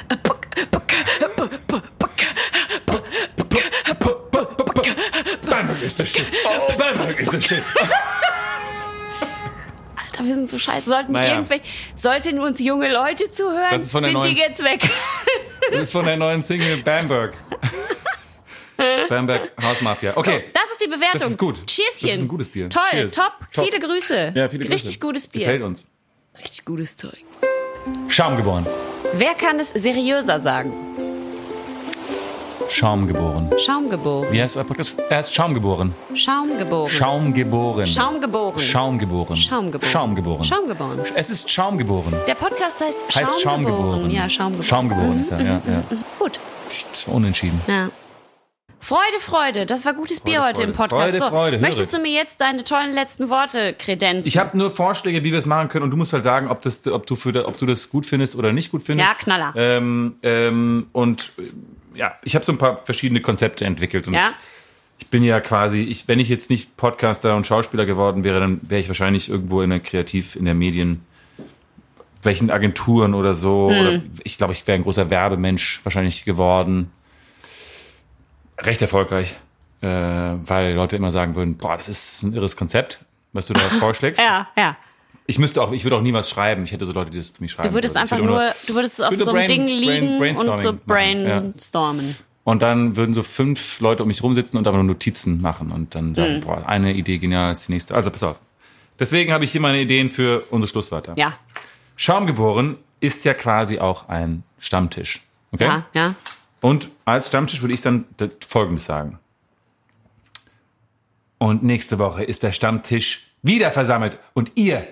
Speaker 1: Bamberg ist das shit. Oh, Bamberg ist das shit.
Speaker 2: Alter, wir sind so scheiße. Sollten
Speaker 1: Naja.
Speaker 2: irgendwelche, sollten uns junge Leute zuhören,
Speaker 1: Das ist von der
Speaker 2: sind die
Speaker 1: neuen-
Speaker 2: jetzt weg.
Speaker 1: Das ist von der neuen Single Bamberg. Bamberg Hausmafia. Okay.
Speaker 2: Das ist die Bewertung.
Speaker 1: Das ist gut.
Speaker 2: Cheerschen.
Speaker 1: Das ist ein gutes Bier.
Speaker 2: Toll,
Speaker 1: Cheers.
Speaker 2: top,
Speaker 1: Top.
Speaker 2: Viele Grüße.
Speaker 1: Ja, viele Grüße.
Speaker 2: Richtig gutes Bier.
Speaker 1: Gefällt uns.
Speaker 2: Richtig gutes Zeug.
Speaker 1: Schaumgeboren.
Speaker 2: Wer kann es seriöser sagen?
Speaker 1: Schaumgeboren.
Speaker 2: Schaumgeboren.
Speaker 1: Wie heißt euer Podcast? Er ist Schaumgeboren.
Speaker 2: Schaumgeboren.
Speaker 1: Schaumgeboren.
Speaker 2: Schaumgeboren.
Speaker 1: Schaumgeboren.
Speaker 2: Schaumgeboren.
Speaker 1: Schaumgeboren.
Speaker 2: Schaumgeboren.
Speaker 1: Es ist Schaumgeboren.
Speaker 2: Der Podcast heißt
Speaker 1: Heißt
Speaker 2: Schaumgeboren.
Speaker 1: Schaumgeboren.
Speaker 2: Ja, Mhm. Schaumgeboren.
Speaker 1: Schaumgeboren ist er, ja, ja.
Speaker 2: Gut.
Speaker 1: Das war unentschieden.
Speaker 2: Ja. Freude, Freude, das war gutes Bier heute
Speaker 1: Freude.
Speaker 2: im Podcast.
Speaker 1: Freude,
Speaker 2: so,
Speaker 1: Freude, höre.
Speaker 2: möchtest du mir jetzt deine tollen letzten Worte kredenzen?
Speaker 1: Ich habe nur Vorschläge, wie wir es machen können, und du musst halt sagen, ob, das, ob, du, für, ob du das gut findest oder nicht gut findest.
Speaker 2: Ja, Knaller.
Speaker 1: Ähm, ähm, und äh, ja, ich habe so ein paar verschiedene Konzepte entwickelt. Und
Speaker 2: ja?
Speaker 1: Ich bin ja quasi, ich, wenn ich jetzt nicht Podcaster und Schauspieler geworden wäre, dann wäre ich wahrscheinlich irgendwo in der Kreativ, in der Medien, welchen Agenturen oder so.
Speaker 2: Hm.
Speaker 1: Oder ich glaube, ich wäre ein großer Werbemensch wahrscheinlich geworden. Recht erfolgreich. Äh, weil Leute immer sagen würden, boah, das ist ein irres Konzept, was du da vorschlägst.
Speaker 2: Ja, ja.
Speaker 1: Ich müsste auch, ich würde auch nie was schreiben. Ich hätte so Leute, die das für mich schreiben.
Speaker 2: Du würdest
Speaker 1: würden. Ich
Speaker 2: einfach
Speaker 1: würde
Speaker 2: nur, du würdest auf
Speaker 1: würde
Speaker 2: so einem
Speaker 1: Brain-
Speaker 2: Ding
Speaker 1: Brain-
Speaker 2: liegen und
Speaker 1: Brainstorming
Speaker 2: so
Speaker 1: machen, ja.
Speaker 2: brainstormen.
Speaker 1: Und dann würden so fünf Leute um mich rumsitzen und einfach nur Notizen machen und dann
Speaker 2: Mhm.
Speaker 1: sagen, boah, eine Idee genial ist die nächste. Also pass auf. Deswegen habe ich hier meine Ideen für unsere Schlusswörter.
Speaker 2: Ja,
Speaker 1: Schaumgeboren ist ja quasi auch ein Stammtisch. Okay?
Speaker 2: ja, ja.
Speaker 1: Und als Stammtisch würde ich dann d- Folgendes sagen. Und nächste Woche ist der Stammtisch wieder versammelt. Und ihr,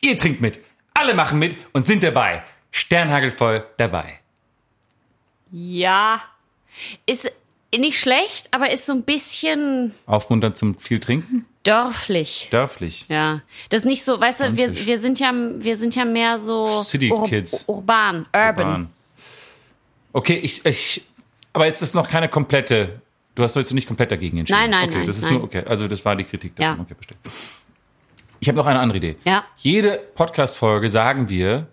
Speaker 1: ihr trinkt mit. Alle machen mit und sind dabei. Sternhagelvoll dabei.
Speaker 2: Ja. Ist nicht schlecht, aber ist so ein bisschen
Speaker 1: Aufmunternd zum viel Trinken?
Speaker 2: dörflich.
Speaker 1: Dörflich.
Speaker 2: Ja. Das ist nicht so, weißt du, wir,
Speaker 1: Stammtisch.
Speaker 2: wir sind ja, wir sind ja mehr so
Speaker 1: City Kids.
Speaker 2: urban, urban.
Speaker 1: Bahn. Okay, ich, ich, aber jetzt ist noch keine komplette. Du hast doch jetzt nicht komplett dagegen entschieden.
Speaker 2: Nein, nein,
Speaker 1: okay,
Speaker 2: nein,
Speaker 1: Das ist
Speaker 2: nein.
Speaker 1: nur okay. Also das war die Kritik.
Speaker 2: Ja.
Speaker 1: davon. Okay, verstehe. Ich habe noch eine andere Idee.
Speaker 2: Ja. Mhm.
Speaker 1: Jede Podcast-Folge sagen wir,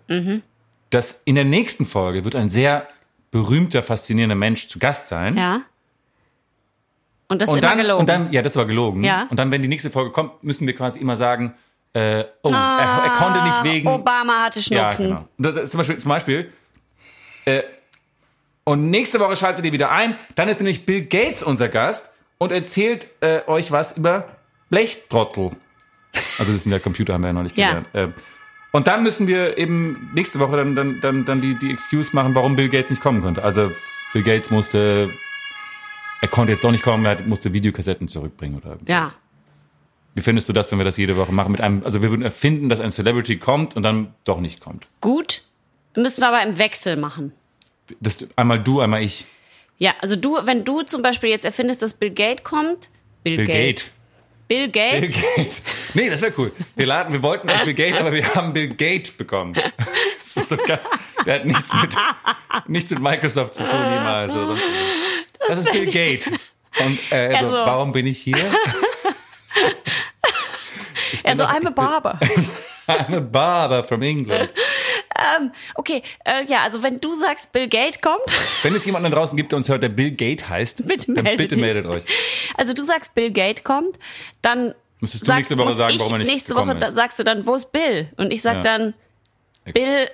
Speaker 1: dass in der nächsten Folge wird ein sehr berühmter, faszinierender Mensch zu Gast sein.
Speaker 2: Ja. Und das ist
Speaker 1: Und
Speaker 2: immer
Speaker 1: dann,
Speaker 2: gelogen.
Speaker 1: und dann, ja, das war gelogen.
Speaker 2: Ja.
Speaker 1: Und dann, wenn die nächste Folge kommt, müssen wir quasi immer sagen, äh, oh,
Speaker 2: Ah,
Speaker 1: er, er konnte
Speaker 2: oh,
Speaker 1: nicht wegen
Speaker 2: Obama hatte Schnupfen.
Speaker 1: ja, genau. Und Das ist zum Beispiel, zum Beispiel äh, und nächste Woche schaltet ihr wieder ein, dann ist nämlich Bill Gates unser Gast und erzählt äh, euch was über Blechtrottel. Also das sind ja Computer, haben wir ja neulich
Speaker 2: Ja.
Speaker 1: gelernt. Äh, und dann müssen wir eben nächste Woche dann, dann, dann, dann die, die Excuse machen, warum Bill Gates nicht kommen konnte. Also Bill Gates musste, er konnte jetzt doch nicht kommen, er hat- musste Videokassetten zurückbringen oder irgendwas.
Speaker 2: Ja.
Speaker 1: Wie findest du das, wenn wir das jede Woche machen mit einem, also wir würden erfinden, dass ein Celebrity kommt und dann doch nicht kommt.
Speaker 2: Gut. Müssen wir aber im Wechsel machen.
Speaker 1: Das, einmal du, einmal ich.
Speaker 2: Ja, also du, wenn du zum Beispiel jetzt erfindest, dass Bill Gates kommt, Bill,
Speaker 1: Bill
Speaker 2: Gates.
Speaker 1: Gate.
Speaker 2: Bill
Speaker 1: Bill
Speaker 2: Gates.
Speaker 1: Gate. Nee, das wäre cool. Wir, laden, wir wollten nicht Bill Gate, aber wir haben Bill Gate bekommen. Das ist so ganz, der hat nichts mit, nichts mit Microsoft zu tun niemals. Oder sonst was. das ist Bill Gate. Und äh, also,
Speaker 2: Also-
Speaker 1: warum bin ich hier?
Speaker 2: Also
Speaker 1: doch-
Speaker 2: I'm a barber.
Speaker 1: I'm a barber from England.
Speaker 2: Okay, äh, ja, also wenn du sagst, Bill Gates kommt,
Speaker 1: Wenn es jemanden da draußen gibt, der uns hört, der Bill Gate heißt,
Speaker 2: Bitte
Speaker 1: dann
Speaker 2: meldet
Speaker 1: bitte
Speaker 2: dich.
Speaker 1: meldet euch.
Speaker 2: also du sagst, Bill Gates kommt, dann
Speaker 1: Müsstest du
Speaker 2: sagst-
Speaker 1: nächste Woche
Speaker 2: muss
Speaker 1: sagen,
Speaker 2: ich,
Speaker 1: warum er nicht
Speaker 2: nächste
Speaker 1: gekommen
Speaker 2: Woche da-
Speaker 1: ist.
Speaker 2: sagst du dann, wo ist Bill? Und ich sag
Speaker 1: Ja.
Speaker 2: dann, Bill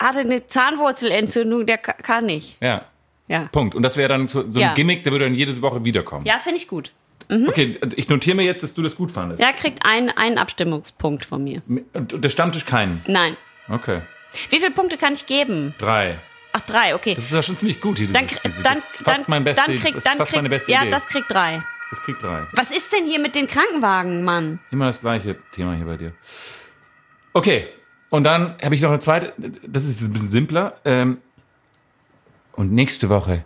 Speaker 2: hatte eine Zahnwurzelentzündung, der ka- kann nicht.
Speaker 1: Ja,
Speaker 2: Ja,
Speaker 1: Punkt. Und das wäre dann so, so ein
Speaker 2: Ja.
Speaker 1: Gimmick, der würde dann jede Woche wiederkommen.
Speaker 2: ja Mhm. finde ich gut.
Speaker 1: Okay, ich notiere mir jetzt, dass du das gut fandest.
Speaker 2: Der kriegt einen, einen Abstimmungspunkt von mir.
Speaker 1: Und und der Stammtisch keinen.
Speaker 2: Nein.
Speaker 1: Okay.
Speaker 2: Wie viele Punkte kann ich geben?
Speaker 1: Drei.
Speaker 2: Ach, drei, okay.
Speaker 1: Das ist ja schon ziemlich gut hier. Das
Speaker 2: Dann,
Speaker 1: ist,
Speaker 2: kriegt-
Speaker 1: das
Speaker 2: dann,
Speaker 1: ist fast
Speaker 2: dann,
Speaker 1: mein beste,
Speaker 2: dann
Speaker 1: das
Speaker 2: kriegt,
Speaker 1: ist
Speaker 2: dann
Speaker 1: fast
Speaker 2: kriegt,
Speaker 1: meine beste
Speaker 2: ja,
Speaker 1: Idee.
Speaker 2: das kriegt drei.
Speaker 1: das kriegt drei.
Speaker 2: Was ist denn hier mit den Krankenwagen, Mann?
Speaker 1: Immer das gleiche Thema hier bei dir. Okay. Und dann habe ich noch eine zweite. Das ist ein bisschen simpler. Ähm, und nächste Woche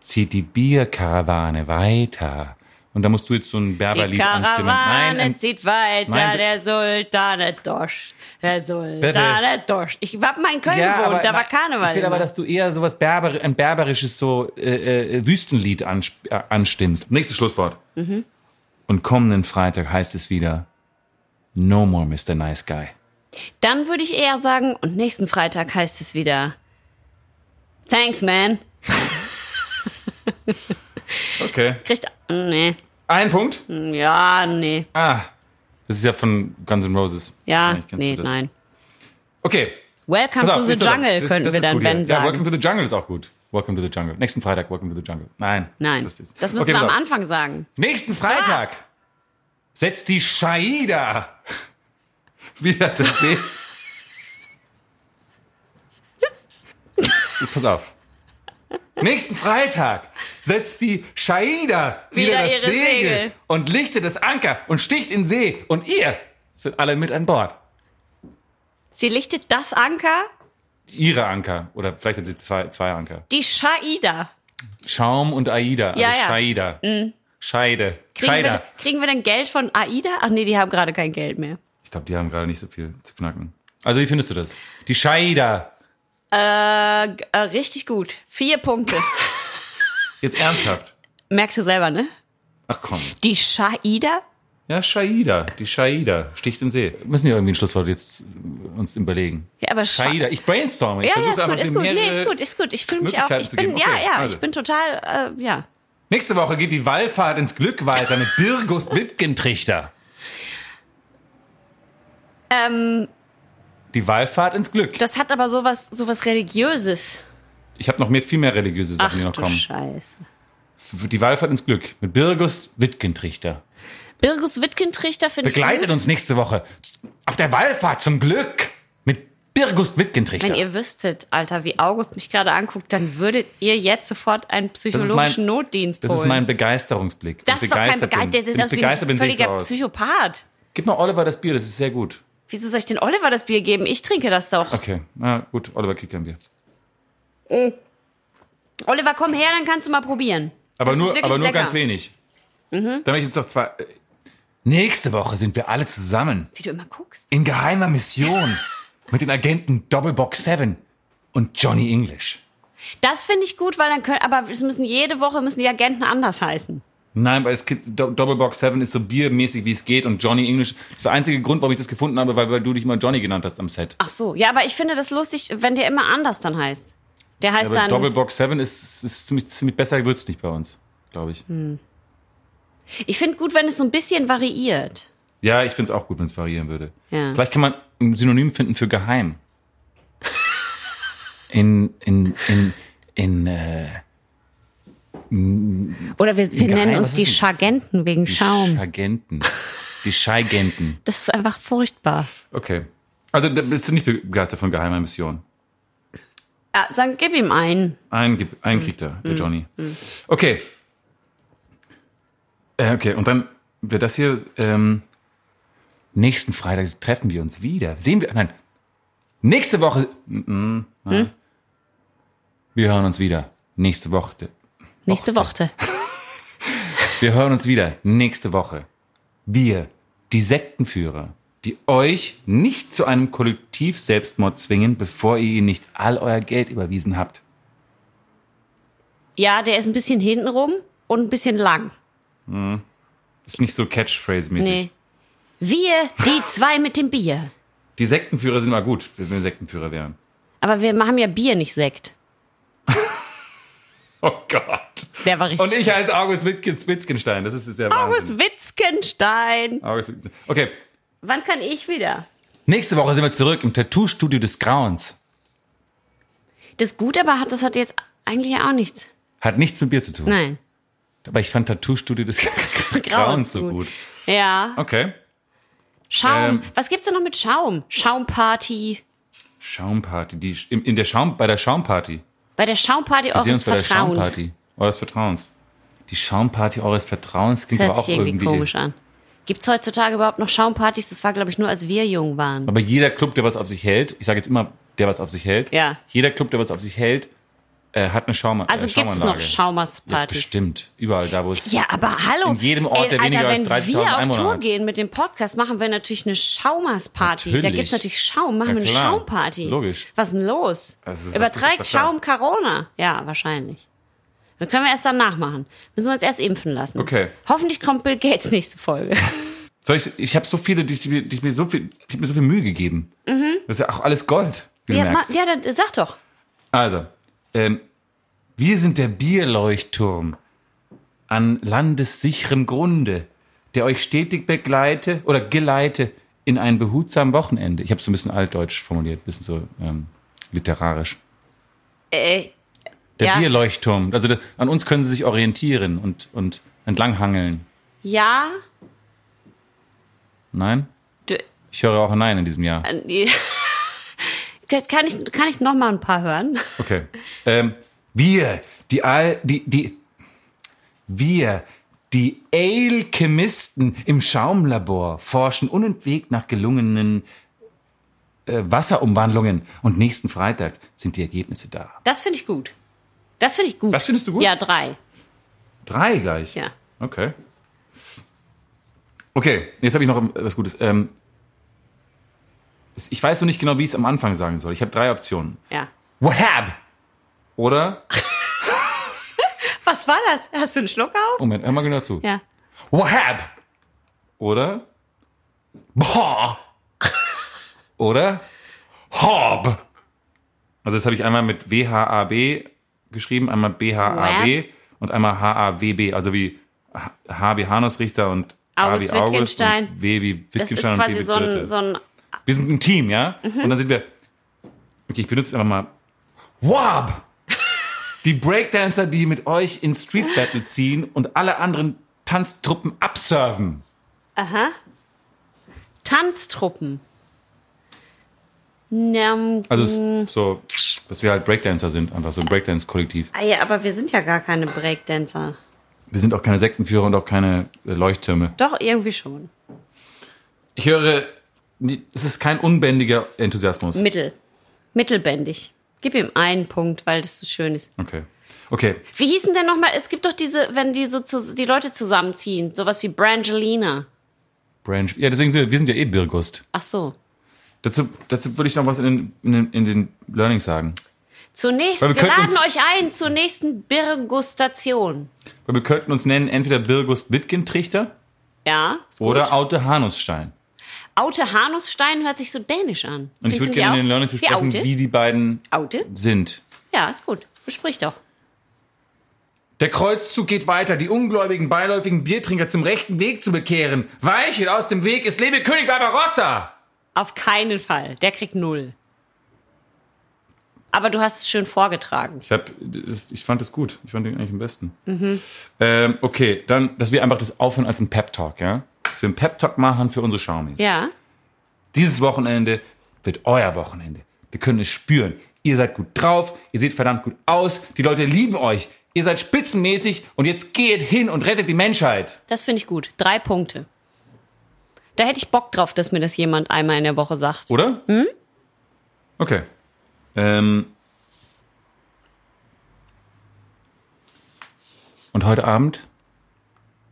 Speaker 1: zieht die Bierkarawane weiter. Und da musst du jetzt so ein
Speaker 2: Die
Speaker 1: Berberlied anstimmen.
Speaker 2: Karawane
Speaker 1: ein-
Speaker 2: zieht weiter,
Speaker 1: ähm, Nein, äh,
Speaker 2: der Sultan hat Dorsch. Der Sultan hat Dorsch. Ich hab mal in Köln gewohnt, da war
Speaker 1: nein,
Speaker 2: Karneval.
Speaker 1: Ich will aber,
Speaker 2: immer.
Speaker 1: dass du eher sowas Berber, ein berberisches so äh, äh, Wüstenlied ansp- äh, anstimmst. Nächstes Schlusswort. Und kommenden Freitag heißt es wieder No more Mr. Nice Guy.
Speaker 2: Dann würde ich eher sagen, und nächsten Freitag heißt es wieder Thanks, man.
Speaker 1: Okay.
Speaker 2: Kriegt, nee,
Speaker 1: Ein Punkt.
Speaker 2: ja, nee,
Speaker 1: Ah. Das ist ja von Guns N' Roses.
Speaker 2: ja,
Speaker 1: Wahrscheinlich kennst
Speaker 2: nee,
Speaker 1: du das.
Speaker 2: nein.
Speaker 1: Okay.
Speaker 2: Welcome
Speaker 1: Pass
Speaker 2: to
Speaker 1: auf,
Speaker 2: the
Speaker 1: jetzt pass auf.
Speaker 2: Jungle,
Speaker 1: Das-
Speaker 2: könnten
Speaker 1: das
Speaker 2: wir
Speaker 1: ist
Speaker 2: dann
Speaker 1: gut hier.
Speaker 2: Ben
Speaker 1: Ja,
Speaker 2: sagen.
Speaker 1: Welcome to the Jungle ist auch gut. Welcome to the Jungle. Nächsten Freitag, Welcome to the Jungle. Nein.
Speaker 2: Nein, das,
Speaker 1: ist-
Speaker 2: müssen
Speaker 1: Okay,
Speaker 2: wir am
Speaker 1: pass auf.
Speaker 2: Anfang sagen.
Speaker 1: Nächsten Freitag
Speaker 2: Ah.
Speaker 1: setzt die Shaida wieder das See. Jetzt pass auf. Nächsten Freitag setzt die Shaida wieder,
Speaker 2: Wieder
Speaker 1: das
Speaker 2: ihre
Speaker 1: Segel,
Speaker 2: Segel.
Speaker 1: und lichtet das Anker und sticht in See. Und ihr sind alle mit an Bord.
Speaker 2: Sie lichtet das Anker,
Speaker 1: Ihre Anker. Oder vielleicht hat sie zwei, zwei Anker.
Speaker 2: die Shaida.
Speaker 1: Schaum und Aida. Also
Speaker 2: Ja, ja. Mhm.
Speaker 1: Shaida. Scheide.
Speaker 2: Kriegen
Speaker 1: Scheida.
Speaker 2: wir, kriegen wir dann Geld von AIDA? Ach nee, die haben gerade kein Geld mehr.
Speaker 1: Ich glaube, die haben gerade nicht so viel zu knacken. Also, wie findest du das? Die Scheider.
Speaker 2: Äh, g- äh, richtig gut. Vier Punkte.
Speaker 1: Jetzt ernsthaft.
Speaker 2: Merkst du selber, ne?
Speaker 1: Ach komm.
Speaker 2: Die Shaida?
Speaker 1: Ja, Shaida. Die Shaida. Sticht in See. Müssen wir irgendwie ein Schlusswort jetzt äh, uns überlegen.
Speaker 2: Ja, aber Scha
Speaker 1: Shaida. Ich brainstorme. Ich
Speaker 2: Ja, ja,
Speaker 1: versuch's
Speaker 2: ist gut,
Speaker 1: einfach,
Speaker 2: ist
Speaker 1: dir
Speaker 2: gut. Nee,
Speaker 1: mehrere-
Speaker 2: ist gut, ist gut. Ich fühle mich auch.
Speaker 1: Möglichkeiten
Speaker 2: Ich
Speaker 1: zu
Speaker 2: bin,
Speaker 1: geben.
Speaker 2: ja,
Speaker 1: Okay,
Speaker 2: ja,
Speaker 1: also.
Speaker 2: ich bin total, äh, ja.
Speaker 1: Nächste Woche geht die Wallfahrt ins Glück weiter
Speaker 2: Ähm.
Speaker 1: mit Birgus Wittgentrichter. Die Wallfahrt ins Glück.
Speaker 2: Das hat aber sowas, sowas Religiöses.
Speaker 1: Ich habe noch mehr, viel mehr religiöse Sachen,
Speaker 2: Ach
Speaker 1: die noch
Speaker 2: du
Speaker 1: kommen.
Speaker 2: Scheiße.
Speaker 1: F- Die Wallfahrt ins Glück mit Birgus Wittgentrichter.
Speaker 2: Birgus Wittgentrichter finde ich
Speaker 1: Begleitet
Speaker 2: gut.
Speaker 1: uns nächste Woche auf der Wallfahrt zum Glück mit Birgus Wittgentrichter.
Speaker 2: Wenn ihr wüsstet, Alter, wie August mich gerade anguckt, dann würdet ihr jetzt sofort einen
Speaker 1: ist
Speaker 2: psychologischen
Speaker 1: mein-
Speaker 2: Notdienst
Speaker 1: Das
Speaker 2: holen.
Speaker 1: ist mein Begeisterungsblick.
Speaker 2: das ist doch kein
Speaker 1: Begeistert bin.
Speaker 2: Begeistert.
Speaker 1: Wenn
Speaker 2: Der sieht
Speaker 1: ich
Speaker 2: aus wie
Speaker 1: begeistert bin,
Speaker 2: ein
Speaker 1: sehe ich so
Speaker 2: völliger
Speaker 1: aus.
Speaker 2: Psychopath.
Speaker 1: Gib mal Oliver das Bier, das ist sehr gut.
Speaker 2: Wieso soll ich denn Oliver das Bier geben? Ich trinke das doch.
Speaker 1: Okay, na gut, Oliver kriegt ein Bier.
Speaker 2: Oliver, komm her, dann kannst du mal probieren.
Speaker 1: Aber
Speaker 2: Das ist
Speaker 1: nur,
Speaker 2: wirklich
Speaker 1: aber nur
Speaker 2: lecker. Mhm.
Speaker 1: ganz wenig. Dann möchte ich jetzt noch zwei. äh, Nächste Woche sind wir alle zusammen
Speaker 2: Wie du immer guckst.
Speaker 1: in geheimer Mission mit den Agenten Doppelbox 7 und Johnny English.
Speaker 2: Das finde ich gut, weil dann können, aber es müssen jede Woche müssen die Agenten anders heißen.
Speaker 1: Nein, weil es gibt- Do Doppelbox 7 ist so biermäßig, wie es geht und Johnny English. Das war der einzige Grund, warum ich das gefunden habe, weil, weil du dich mal Johnny genannt hast am Set.
Speaker 2: Ach so, ja, aber ich finde das lustig, wenn der immer anders dann heißt. Der heißt
Speaker 1: aber
Speaker 2: dann.
Speaker 1: Doppelbox 7 ist, ist ziemlich, ziemlich besser gewürzt nicht bei uns, glaube ich.
Speaker 2: Hm. Ich finde gut, wenn es so ein bisschen variiert.
Speaker 1: Ja, ich find's auch gut, wenn's variieren würde.
Speaker 2: Ja.
Speaker 1: Vielleicht kann man ein Synonym finden für geheim. In, in, in, in, äh,
Speaker 2: Oder wir, wir
Speaker 1: Geheim,
Speaker 2: nennen uns
Speaker 1: was
Speaker 2: die
Speaker 1: ist denn das?
Speaker 2: Schagenten wegen
Speaker 1: die
Speaker 2: Schaum.
Speaker 1: Schagenten. Die Scheigenten.
Speaker 2: das ist einfach furchtbar.
Speaker 1: Okay. Also, da bist du nicht begeistert von geheimer Mission.
Speaker 2: Ja, dann gib ihm einen.
Speaker 1: Einen, gib- einen kriegt er, der Johnny. Okay. Äh, okay, und dann wird das hier, ähm, nächsten Freitag treffen wir uns wieder. Sehen wir, nein. Nächste Woche, mm, mm, na. wir hören uns wieder. Nächste Woche.
Speaker 2: Nächste Woche.
Speaker 1: Wir hören uns wieder nächste Woche. Wir, die Sektenführer, die euch nicht zu einem Kollektiv-Selbstmord zwingen, bevor ihr ihnen nicht all euer Geld überwiesen habt.
Speaker 2: Ja, der ist ein bisschen hintenrum und ein bisschen lang.
Speaker 1: Ist nicht so Catchphrase-mäßig.
Speaker 2: Nee. Wir, die zwei mit dem Bier.
Speaker 1: Die Sektenführer sind mal gut, wenn wir Sektenführer wären.
Speaker 2: Aber wir machen ja Bier, nicht Sekt.
Speaker 1: Oh Gott.
Speaker 2: Der war richtig.
Speaker 1: Und ich heiße August Wittgens- Wittgenstein. Das ist sehr
Speaker 2: August
Speaker 1: Wahnsinn.
Speaker 2: Witzkenstein.
Speaker 1: August Wittgenstein. Okay.
Speaker 2: Wann kann ich wieder?
Speaker 1: Nächste Woche sind wir zurück im Tattoo-Studio des Grauens.
Speaker 2: Das ist gut, aber hat das hat jetzt eigentlich auch nichts.
Speaker 1: Hat nichts mit Bier zu tun.
Speaker 2: Nein.
Speaker 1: Aber ich fand Tattoo-Studio des Grauens so gut.
Speaker 2: Ja.
Speaker 1: Okay.
Speaker 2: Schaum.
Speaker 1: Ähm.
Speaker 2: Was gibt's denn noch mit Schaum? Schaumparty.
Speaker 1: Schaumparty. Die, in, in der Schaum, bei der Schaumparty.
Speaker 2: Bei der Schaumparty
Speaker 1: Wir sehen
Speaker 2: eures
Speaker 1: uns bei der
Speaker 2: Vertrauens.
Speaker 1: Schaumparty. Eures Vertrauens. Die Schaumparty eures Vertrauens klingt
Speaker 2: Das hört
Speaker 1: aber auch
Speaker 2: sich irgendwie,
Speaker 1: irgendwie
Speaker 2: komisch an. Gibt's heutzutage überhaupt noch Schaumpartys? Das war, glaube ich, nur als wir jung waren.
Speaker 1: Aber jeder Club, der was auf sich hält, ich sage jetzt immer, der was auf sich hält,
Speaker 2: Ja.
Speaker 1: jeder Club, der was auf sich hält, äh, hat eine Schauma
Speaker 2: Also
Speaker 1: äh,
Speaker 2: gibt's
Speaker 1: Schaumanlage.
Speaker 2: noch
Speaker 1: Ja,
Speaker 2: Schaumerspartys.
Speaker 1: bestimmt. Überall da, wo es.
Speaker 2: Ja, aber hallo.
Speaker 1: In jedem Ort, der
Speaker 2: Alter,
Speaker 1: weniger als
Speaker 2: wenn
Speaker 1: 30.000
Speaker 2: wir auf
Speaker 1: Einwohner
Speaker 2: Tour
Speaker 1: hat.
Speaker 2: gehen mit dem Podcast, machen wir natürlich eine Schaumers-Party. Da
Speaker 1: Natürlich.
Speaker 2: gibt's natürlich Schaum. Machen
Speaker 1: Ja,
Speaker 2: wir eine
Speaker 1: klar.
Speaker 2: Schaumparty.
Speaker 1: Logisch.
Speaker 2: Was ist denn los?
Speaker 1: Das ist-
Speaker 2: Überträgt
Speaker 1: das ist doch klar.
Speaker 2: Schaum Corona? Ja, wahrscheinlich. Dann können wir erst danach machen. Müssen wir uns erst impfen lassen.
Speaker 1: Okay.
Speaker 2: Hoffentlich kommt Bill Gates nächste Folge.
Speaker 1: Soll ich ich habe so viele, die, ich mir- die ich mir so viel, ich hab mir so viel Mühe gegeben. Das ist ja auch alles Gold, wie du
Speaker 2: Mhm. Ja, ma,
Speaker 1: merkst.
Speaker 2: ja dann sag doch.
Speaker 1: Also, ähm, wir sind der Bierleuchtturm an landessicherem Grunde, der euch stetig begleite oder geleite in ein behutsamen Wochenende. Ich habe so ein bisschen altdeutsch formuliert, ein bisschen so ähm, literarisch.
Speaker 2: Äh,
Speaker 1: Der
Speaker 2: Ja.
Speaker 1: Bierleuchtturm. Also da, an uns können sie sich orientieren und, und entlanghangeln.
Speaker 2: ja.
Speaker 1: Nein?
Speaker 2: D-
Speaker 1: Ich höre auch Nein in diesem Jahr.
Speaker 2: äh, Das kann ich, kann ich noch mal ein paar hören.
Speaker 1: Okay. Ähm, wir, die all, die, die, wir, die Alchemisten im Schaumlabor forschen unentwegt nach gelungenen äh, Wasserumwandlungen und nächsten Freitag sind die Ergebnisse da.
Speaker 2: Das finde ich gut. Das finde ich gut.
Speaker 1: Das findest du gut?
Speaker 2: Ja, drei.
Speaker 1: Drei gleich.
Speaker 2: Ja.
Speaker 1: Okay. Okay, jetzt habe ich noch was Gutes. Ähm, ich weiß noch nicht genau, wie ich es am Anfang sagen soll. Ich habe drei Optionen.
Speaker 2: Ja.
Speaker 1: Wahab! Oder?
Speaker 2: Was war das? Hast du einen Schluck auf?
Speaker 1: Moment, hör mal genau zu.
Speaker 2: Ja.
Speaker 1: Wahab. Oder? Boah. Oder? Hob. Also das habe ich einmal mit W-H-A-B geschrieben, einmal B-H-A-B und einmal H-A-W-B. Also wie H- H wie Hanus Richter und A wie
Speaker 2: August
Speaker 1: August
Speaker 2: Wittgenstein.
Speaker 1: und W wie
Speaker 2: Das ist
Speaker 1: Wittgenstein und B
Speaker 2: quasi
Speaker 1: wie
Speaker 2: so ein,
Speaker 1: Goethe.
Speaker 2: so ein
Speaker 1: Wir sind ein Team, ja? Und dann sind wir. Okay, ich benutze einfach mal. Wab! Die Breakdancer, die mit euch in Street Battle ziehen und alle anderen Tanztruppen abserven.
Speaker 2: Aha. Tanztruppen. Nam-
Speaker 1: Also es- so, dass wir halt Breakdancer sind, einfach so ein Breakdance-Kollektiv.
Speaker 2: Ah ja, aber wir sind ja gar keine Breakdancer.
Speaker 1: Wir sind auch keine Sektenführer und auch keine äh, Leuchttürme.
Speaker 2: Doch, irgendwie schon.
Speaker 1: Ich höre, nie- es ist kein unbändiger Enthusiasmus.
Speaker 2: Mittel. Mittelbändig. Gib ihm einen Punkt, weil das so schön ist.
Speaker 1: Okay. Okay.
Speaker 2: Wie hießen denn nochmal? Es gibt doch diese, wenn die so zu, die Leute zusammenziehen, sowas wie Brangelina.
Speaker 1: Branch. Ja, deswegen sind wir, wir sind ja eh Birgust.
Speaker 2: Ach so.
Speaker 1: Dazu, dazu würde ich noch was in den, in den, in den Learnings sagen.
Speaker 2: Zunächst,
Speaker 1: Weil wir
Speaker 2: wir,
Speaker 1: könnten
Speaker 2: laden
Speaker 1: uns-
Speaker 2: euch ein zur nächsten Birgustation.
Speaker 1: Weil wir könnten uns nennen entweder Birgust Wittgentrichter
Speaker 2: Ja? ist gut.
Speaker 1: oder Aute Hanusstein.
Speaker 2: Aute Hanusstein hört sich so dänisch an.
Speaker 1: Und ich würde gerne in den Learnings besprechen,
Speaker 2: Aute?
Speaker 1: wie die beiden
Speaker 2: Aute?
Speaker 1: sind.
Speaker 2: Ja, ist gut. Besprich doch.
Speaker 1: Der Kreuzzug geht weiter, die ungläubigen, beiläufigen Biertrinker zum rechten Weg zu bekehren. Weichet aus dem Weg, es lebe König Barbarossa!
Speaker 2: Auf keinen Fall. Der kriegt null. Aber du hast es schön vorgetragen.
Speaker 1: Ich, hab, das, ich fand das gut. Ich fand den eigentlich am besten. Ähm, okay, dann, dass wir einfach das aufhören als ein Pep-Talk, ja? Dass wir einen Pep-Talk machen für unsere Xiaomis.
Speaker 2: Ja.
Speaker 1: Dieses Wochenende wird euer Wochenende. Wir können es spüren. Ihr seid gut drauf, ihr seht verdammt gut aus, die Leute lieben euch, ihr seid spitzenmäßig und jetzt geht hin und rettet die Menschheit.
Speaker 2: Das finde ich gut. Drei Punkte. Da hätte ich Bock drauf, dass mir das jemand einmal in der Woche sagt.
Speaker 1: Oder? Okay. Ähm. Und heute Abend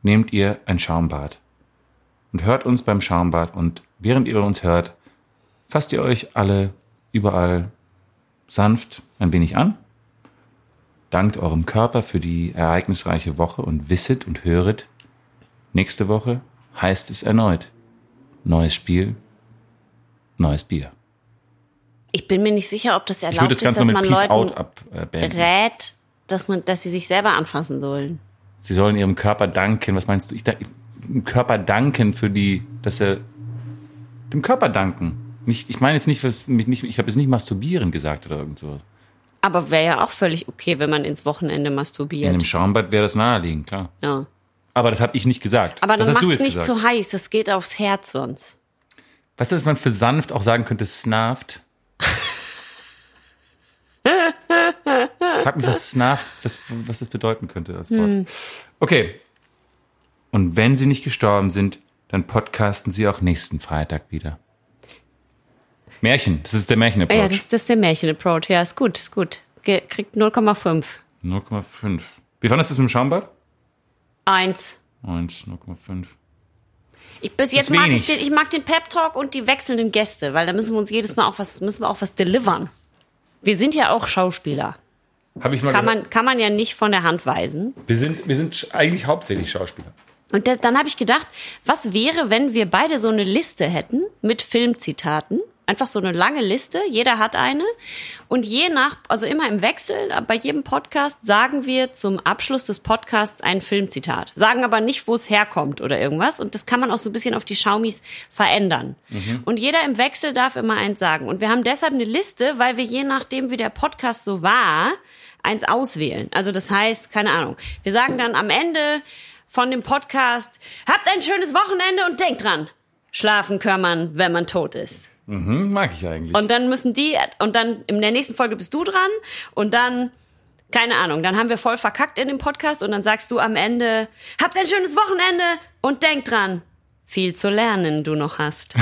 Speaker 1: nehmt ihr ein Schaumbad und hört uns beim Schaumbad und während ihr uns hört, fasst ihr euch alle überall sanft ein wenig an. Dankt eurem Körper für die ereignisreiche Woche und wisset und höret, nächste Woche heißt es erneut. Neues Spiel, neues Bier.
Speaker 2: Ich bin mir nicht sicher, ob das
Speaker 1: Ich würde
Speaker 2: erlaubt
Speaker 1: das
Speaker 2: ist, dass
Speaker 1: Ganze noch
Speaker 2: man
Speaker 1: mit Peace Out
Speaker 2: Leuten
Speaker 1: ab äh, beenden.
Speaker 2: rät, dass, man, dass sie sich selber anfassen sollen.
Speaker 1: Sie sollen ihrem Körper danken. Was meinst du? Ich, da- ich dem Körper danken für die, dass er dem Körper danken. Nicht, ich meine jetzt nicht, was mich nicht, ich habe jetzt nicht masturbieren gesagt oder irgend sowas.
Speaker 2: Aber wäre ja auch völlig okay, wenn man ins Wochenende
Speaker 1: In
Speaker 2: masturbiert.
Speaker 1: einem Schaumbad wäre das naheliegend, klar.
Speaker 2: Ja.
Speaker 1: Aber das habe ich nicht gesagt.
Speaker 2: Aber
Speaker 1: das
Speaker 2: dann
Speaker 1: hast du
Speaker 2: macht es
Speaker 1: jetzt
Speaker 2: nicht
Speaker 1: gesagt.
Speaker 2: zu heiß. Das geht aufs Herz sonst.
Speaker 1: Weißt du, dass man für sanft auch sagen könnte, snaft? ich frag mich, was snaft, was, was das bedeuten könnte als Wort.
Speaker 2: Hm.
Speaker 1: Okay. Und wenn sie nicht gestorben sind, dann podcasten sie auch nächsten Freitag wieder. Märchen, das ist der
Speaker 2: Ah Ja,
Speaker 1: Märchen-Approach.
Speaker 2: das, das ist der Märchen-Approach. Ja, ist gut, ist gut. Ge kriegt 0,5.
Speaker 1: 0,5. Wie fandest du es mit dem Schaumbad?
Speaker 2: Eins.
Speaker 1: 1, 0,5.
Speaker 2: Ich, bis
Speaker 1: ist
Speaker 2: jetzt mag
Speaker 1: wenig.
Speaker 2: ich, den, ich mag den Pep Talk und die wechselnden Gäste, weil da müssen wir uns jedes Mal auch was, müssen wir auch was delivern. Wir sind ja auch Schauspieler.
Speaker 1: Habe ich mal
Speaker 2: Kann
Speaker 1: gehört.
Speaker 2: man, kann man ja nicht von der Hand weisen.
Speaker 1: Wir sind, wir sind sch- eigentlich hauptsächlich Schauspieler.
Speaker 2: Und da, dann habe ich gedacht, was wäre, wenn wir beide so eine Liste hätten mit Filmzitaten? Einfach so eine lange Liste, jeder hat eine. Und je nach, also immer im Wechsel, bei jedem Podcast sagen wir zum Abschluss des Podcasts ein Filmzitat. Sagen aber nicht, wo es herkommt oder irgendwas. Und das kann man auch so ein bisschen auf die Schaumis verändern. Und jeder im Wechsel darf immer eins sagen. Und wir haben deshalb eine Liste, weil wir je nachdem, wie der Podcast so war, eins auswählen. Also das heißt, keine Ahnung. Wir sagen dann am Ende, von dem Podcast. Habt ein schönes Wochenende und denkt dran, schlafen kann man, wenn man tot ist.
Speaker 1: Hm, mag ich eigentlich.
Speaker 2: Und dann müssen die, und dann in der nächsten Folge bist du dran und dann, keine Ahnung, dann haben wir voll verkackt in dem Podcast und dann sagst du am Ende, habt ein schönes Wochenende und denkt dran, viel zu lernen du noch hast.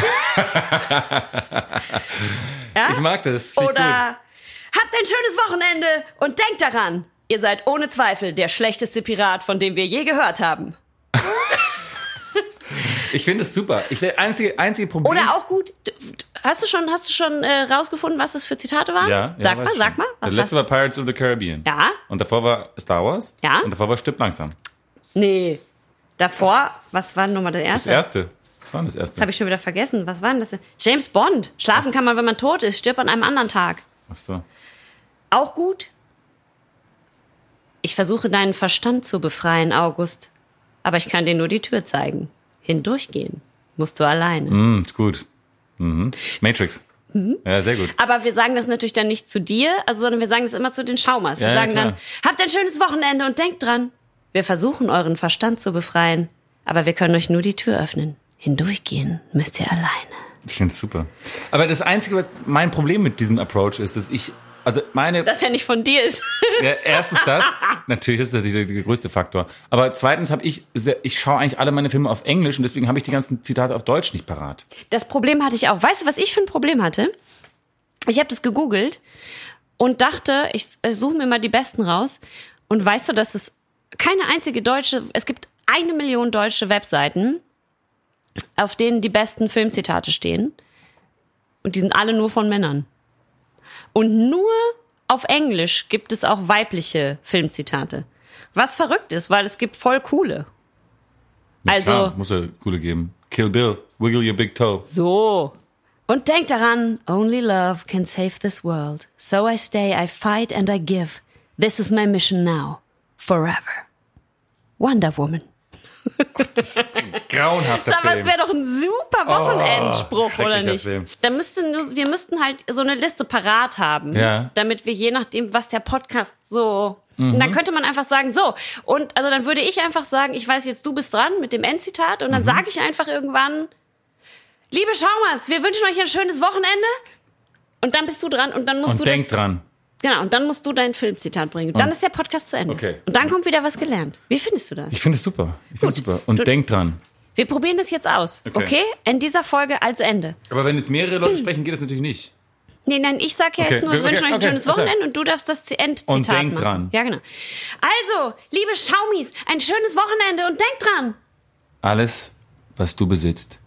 Speaker 2: ja?
Speaker 1: ich mag das. Finde ich gut.
Speaker 2: Oder habt ein schönes Wochenende und denkt daran, ihr seid ohne Zweifel der schlechteste Pirat, von dem wir je gehört haben.
Speaker 1: Ich finde es super. Ich, einzige, einzige Problem.
Speaker 2: Oder auch gut. d- d- Hast du schon, hast du schon äh, rausgefunden, was das für Zitate waren?
Speaker 1: Ja, ja
Speaker 2: sag
Speaker 1: weiß
Speaker 2: mal,
Speaker 1: ich
Speaker 2: sag
Speaker 1: schon.
Speaker 2: mal.
Speaker 1: Das
Speaker 2: Was
Speaker 1: letzte
Speaker 2: war's?
Speaker 1: war Pirates of the Caribbean.
Speaker 2: Ja.
Speaker 1: Und davor war Star Wars.
Speaker 2: Ja.
Speaker 1: Und davor war Stirb langsam.
Speaker 2: nee. Davor, was war denn nochmal der
Speaker 1: Das
Speaker 2: erste? Das
Speaker 1: erste. Das war denn das erste.
Speaker 2: habe ich schon wieder vergessen. Was war denn das? denn? James Bond. Schlafen kann man, wenn man tot ist. Stirb an einem anderen Tag.
Speaker 1: Ach so.
Speaker 2: Auch gut. Ich versuche deinen Verstand zu befreien, August. Aber ich kann dir nur die Tür zeigen. Hindurchgehen musst du alleine.
Speaker 1: Hm, ist gut. Mhm. Matrix.
Speaker 2: Mhm.
Speaker 1: Ja, sehr gut.
Speaker 2: Aber wir sagen das natürlich dann nicht zu dir, also, sondern wir sagen das immer zu den Schaumers. Wir
Speaker 1: Ja, ja,
Speaker 2: sagen dann,
Speaker 1: klar.
Speaker 2: habt ein schönes Wochenende und denkt dran, wir versuchen euren Verstand zu befreien, aber wir können euch nur die Tür öffnen. Hindurchgehen müsst ihr alleine.
Speaker 1: Ich finde super. Aber das Einzige, was mein Problem mit diesem Approach ist, dass ich, also meine,
Speaker 2: Das ja nicht von dir ist.
Speaker 1: ja, erstens das, natürlich, das ist natürlich der größte Faktor. Aber zweitens habe ich, sehr, ich schaue eigentlich alle meine Filme auf Englisch und deswegen habe ich die ganzen Zitate auf Deutsch nicht parat.
Speaker 2: Das Problem hatte ich auch. Weißt du, was ich für ein Problem hatte? Ich habe das gegoogelt und dachte, ich äh, suche mir mal die besten raus. Und weißt du, dass es keine einzige deutsche, es gibt eine Million deutsche Webseiten, auf denen die besten Filmzitate stehen. Und die sind alle nur von Männern. Und nur auf Englisch gibt es auch weibliche Filmzitate. Was verrückt ist, weil es gibt voll coole.
Speaker 1: Na
Speaker 2: Also-
Speaker 1: Klar, muss ja coole geben. Kill Bill, Wiggle Your Big Toe.
Speaker 2: So. Und denkt daran, only love can save this world. So I stay, I fight and I give. This is my mission now. Forever. Wonder Woman.
Speaker 1: Grauenhafter
Speaker 2: Aber es
Speaker 1: Film.
Speaker 2: wäre doch ein super Wochenendspruch,
Speaker 1: Oh,
Speaker 2: oder
Speaker 1: schrecklicher
Speaker 2: nicht?
Speaker 1: Film.
Speaker 2: Da müssten, nur- wir müssten halt so eine Liste parat haben,
Speaker 1: Ja.
Speaker 2: damit wir je nachdem, was der Podcast so. Und
Speaker 1: Mhm.
Speaker 2: dann könnte man einfach sagen, so, und also dann würde ich einfach sagen, ich weiß jetzt, du bist dran mit dem Endzitat
Speaker 1: Mhm.
Speaker 2: und dann sage ich einfach irgendwann, liebe Schaumers, wir wünschen euch ein schönes Wochenende. Und dann bist du dran und dann musst du
Speaker 1: Und denk
Speaker 2: das,
Speaker 1: dran.
Speaker 2: Genau, und dann musst du dein Filmzitat bringen. Und dann ist der Podcast zu Ende.
Speaker 1: Okay.
Speaker 2: Und dann kommt wieder was gelernt. Wie findest du das?
Speaker 1: Ich finde es super. Ich finde es
Speaker 2: Gut.
Speaker 1: super. Und
Speaker 2: Du-
Speaker 1: denk dran.
Speaker 2: Wir probieren das jetzt aus.
Speaker 1: Okay.
Speaker 2: okay? In dieser Folge als Ende.
Speaker 1: Aber wenn jetzt mehrere Leute sprechen, geht das natürlich nicht.
Speaker 2: Nee, nein, ich sag ja
Speaker 1: Okay,
Speaker 2: jetzt nur,
Speaker 1: okay,
Speaker 2: wir wünschen euch ein
Speaker 1: okay,
Speaker 2: schönes
Speaker 1: okay.
Speaker 2: Wochenende und du darfst das Z- Endzitat
Speaker 1: Und denkt
Speaker 2: machen.
Speaker 1: dran.
Speaker 2: Ja, genau. Also, liebe Schaumis, ein schönes Wochenende und denkt dran.
Speaker 1: Alles, was du besitzt,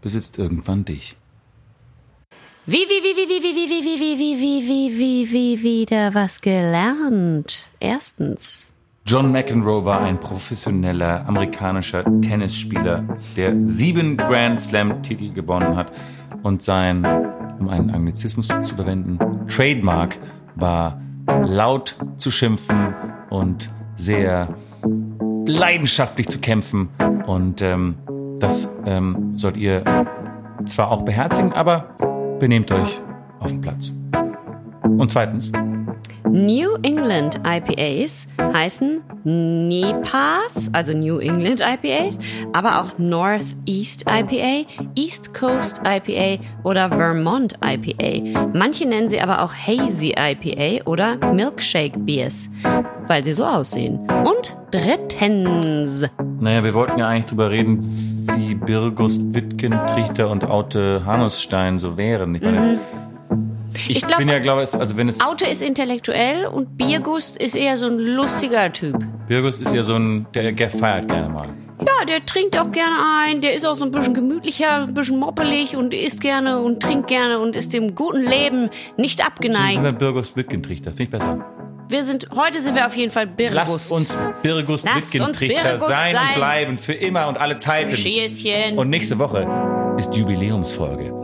Speaker 1: besitzt irgendwann dich.
Speaker 2: Wie, wie, wie, wie, wie, wie, wie, wie, wie, wie, wie, wie, wie, wie, wie, wieder was gelernt. Erstens.
Speaker 1: John McEnroe war ein professioneller amerikanischer Tennisspieler, der sieben Grand Slam-Titel gewonnen hat und sein, um einen Anglizismus zu verwenden, Trademark war laut zu schimpfen und sehr leidenschaftlich zu kämpfen. Und ähm, das ähm, sollt ihr zwar auch beherzigen, aber benehmt euch auf dem Platz. Und zweitens,
Speaker 2: New England IPAs heißen NEPAs, also New England IPAs, aber auch Northeast IPA, East Coast IPA oder Vermont IPA. Manche nennen sie aber auch Hazy IPA oder Milkshake Beers, weil sie so aussehen. Und drittens.
Speaker 1: Naja, wir wollten ja eigentlich drüber reden, wie Birgust Wittgen, Trichter und Aute Hanusstein so wären. Ich, meine, ich,
Speaker 2: Ich glaub-
Speaker 1: bin ja, glaube ich, also wenn es.
Speaker 2: Auto ist intellektuell und Biergust ist eher so ein lustiger Typ.
Speaker 1: Birgust ist ja so ein, der, der feiert gerne mal.
Speaker 2: Ja, der trinkt auch gerne ein, der ist auch so ein bisschen gemütlicher, ein bisschen moppelig und isst gerne und trinkt gerne und ist dem guten Leben nicht
Speaker 1: Nein. Sind
Speaker 2: abgeneigt.
Speaker 1: wir Birgust Wittgen Trichter, finde ich besser.
Speaker 2: Wir sind, heute sind wir auf jeden Fall
Speaker 1: Lasst
Speaker 2: Birgust.
Speaker 1: uns Birgust
Speaker 2: Lasst
Speaker 1: Wittgen
Speaker 2: uns
Speaker 1: Trichter
Speaker 2: Birgust
Speaker 1: sein
Speaker 2: sein.
Speaker 1: und bleiben für immer und alle Zeiten.
Speaker 2: Schäschen.
Speaker 1: Und nächste Woche ist Jubiläumsfolge.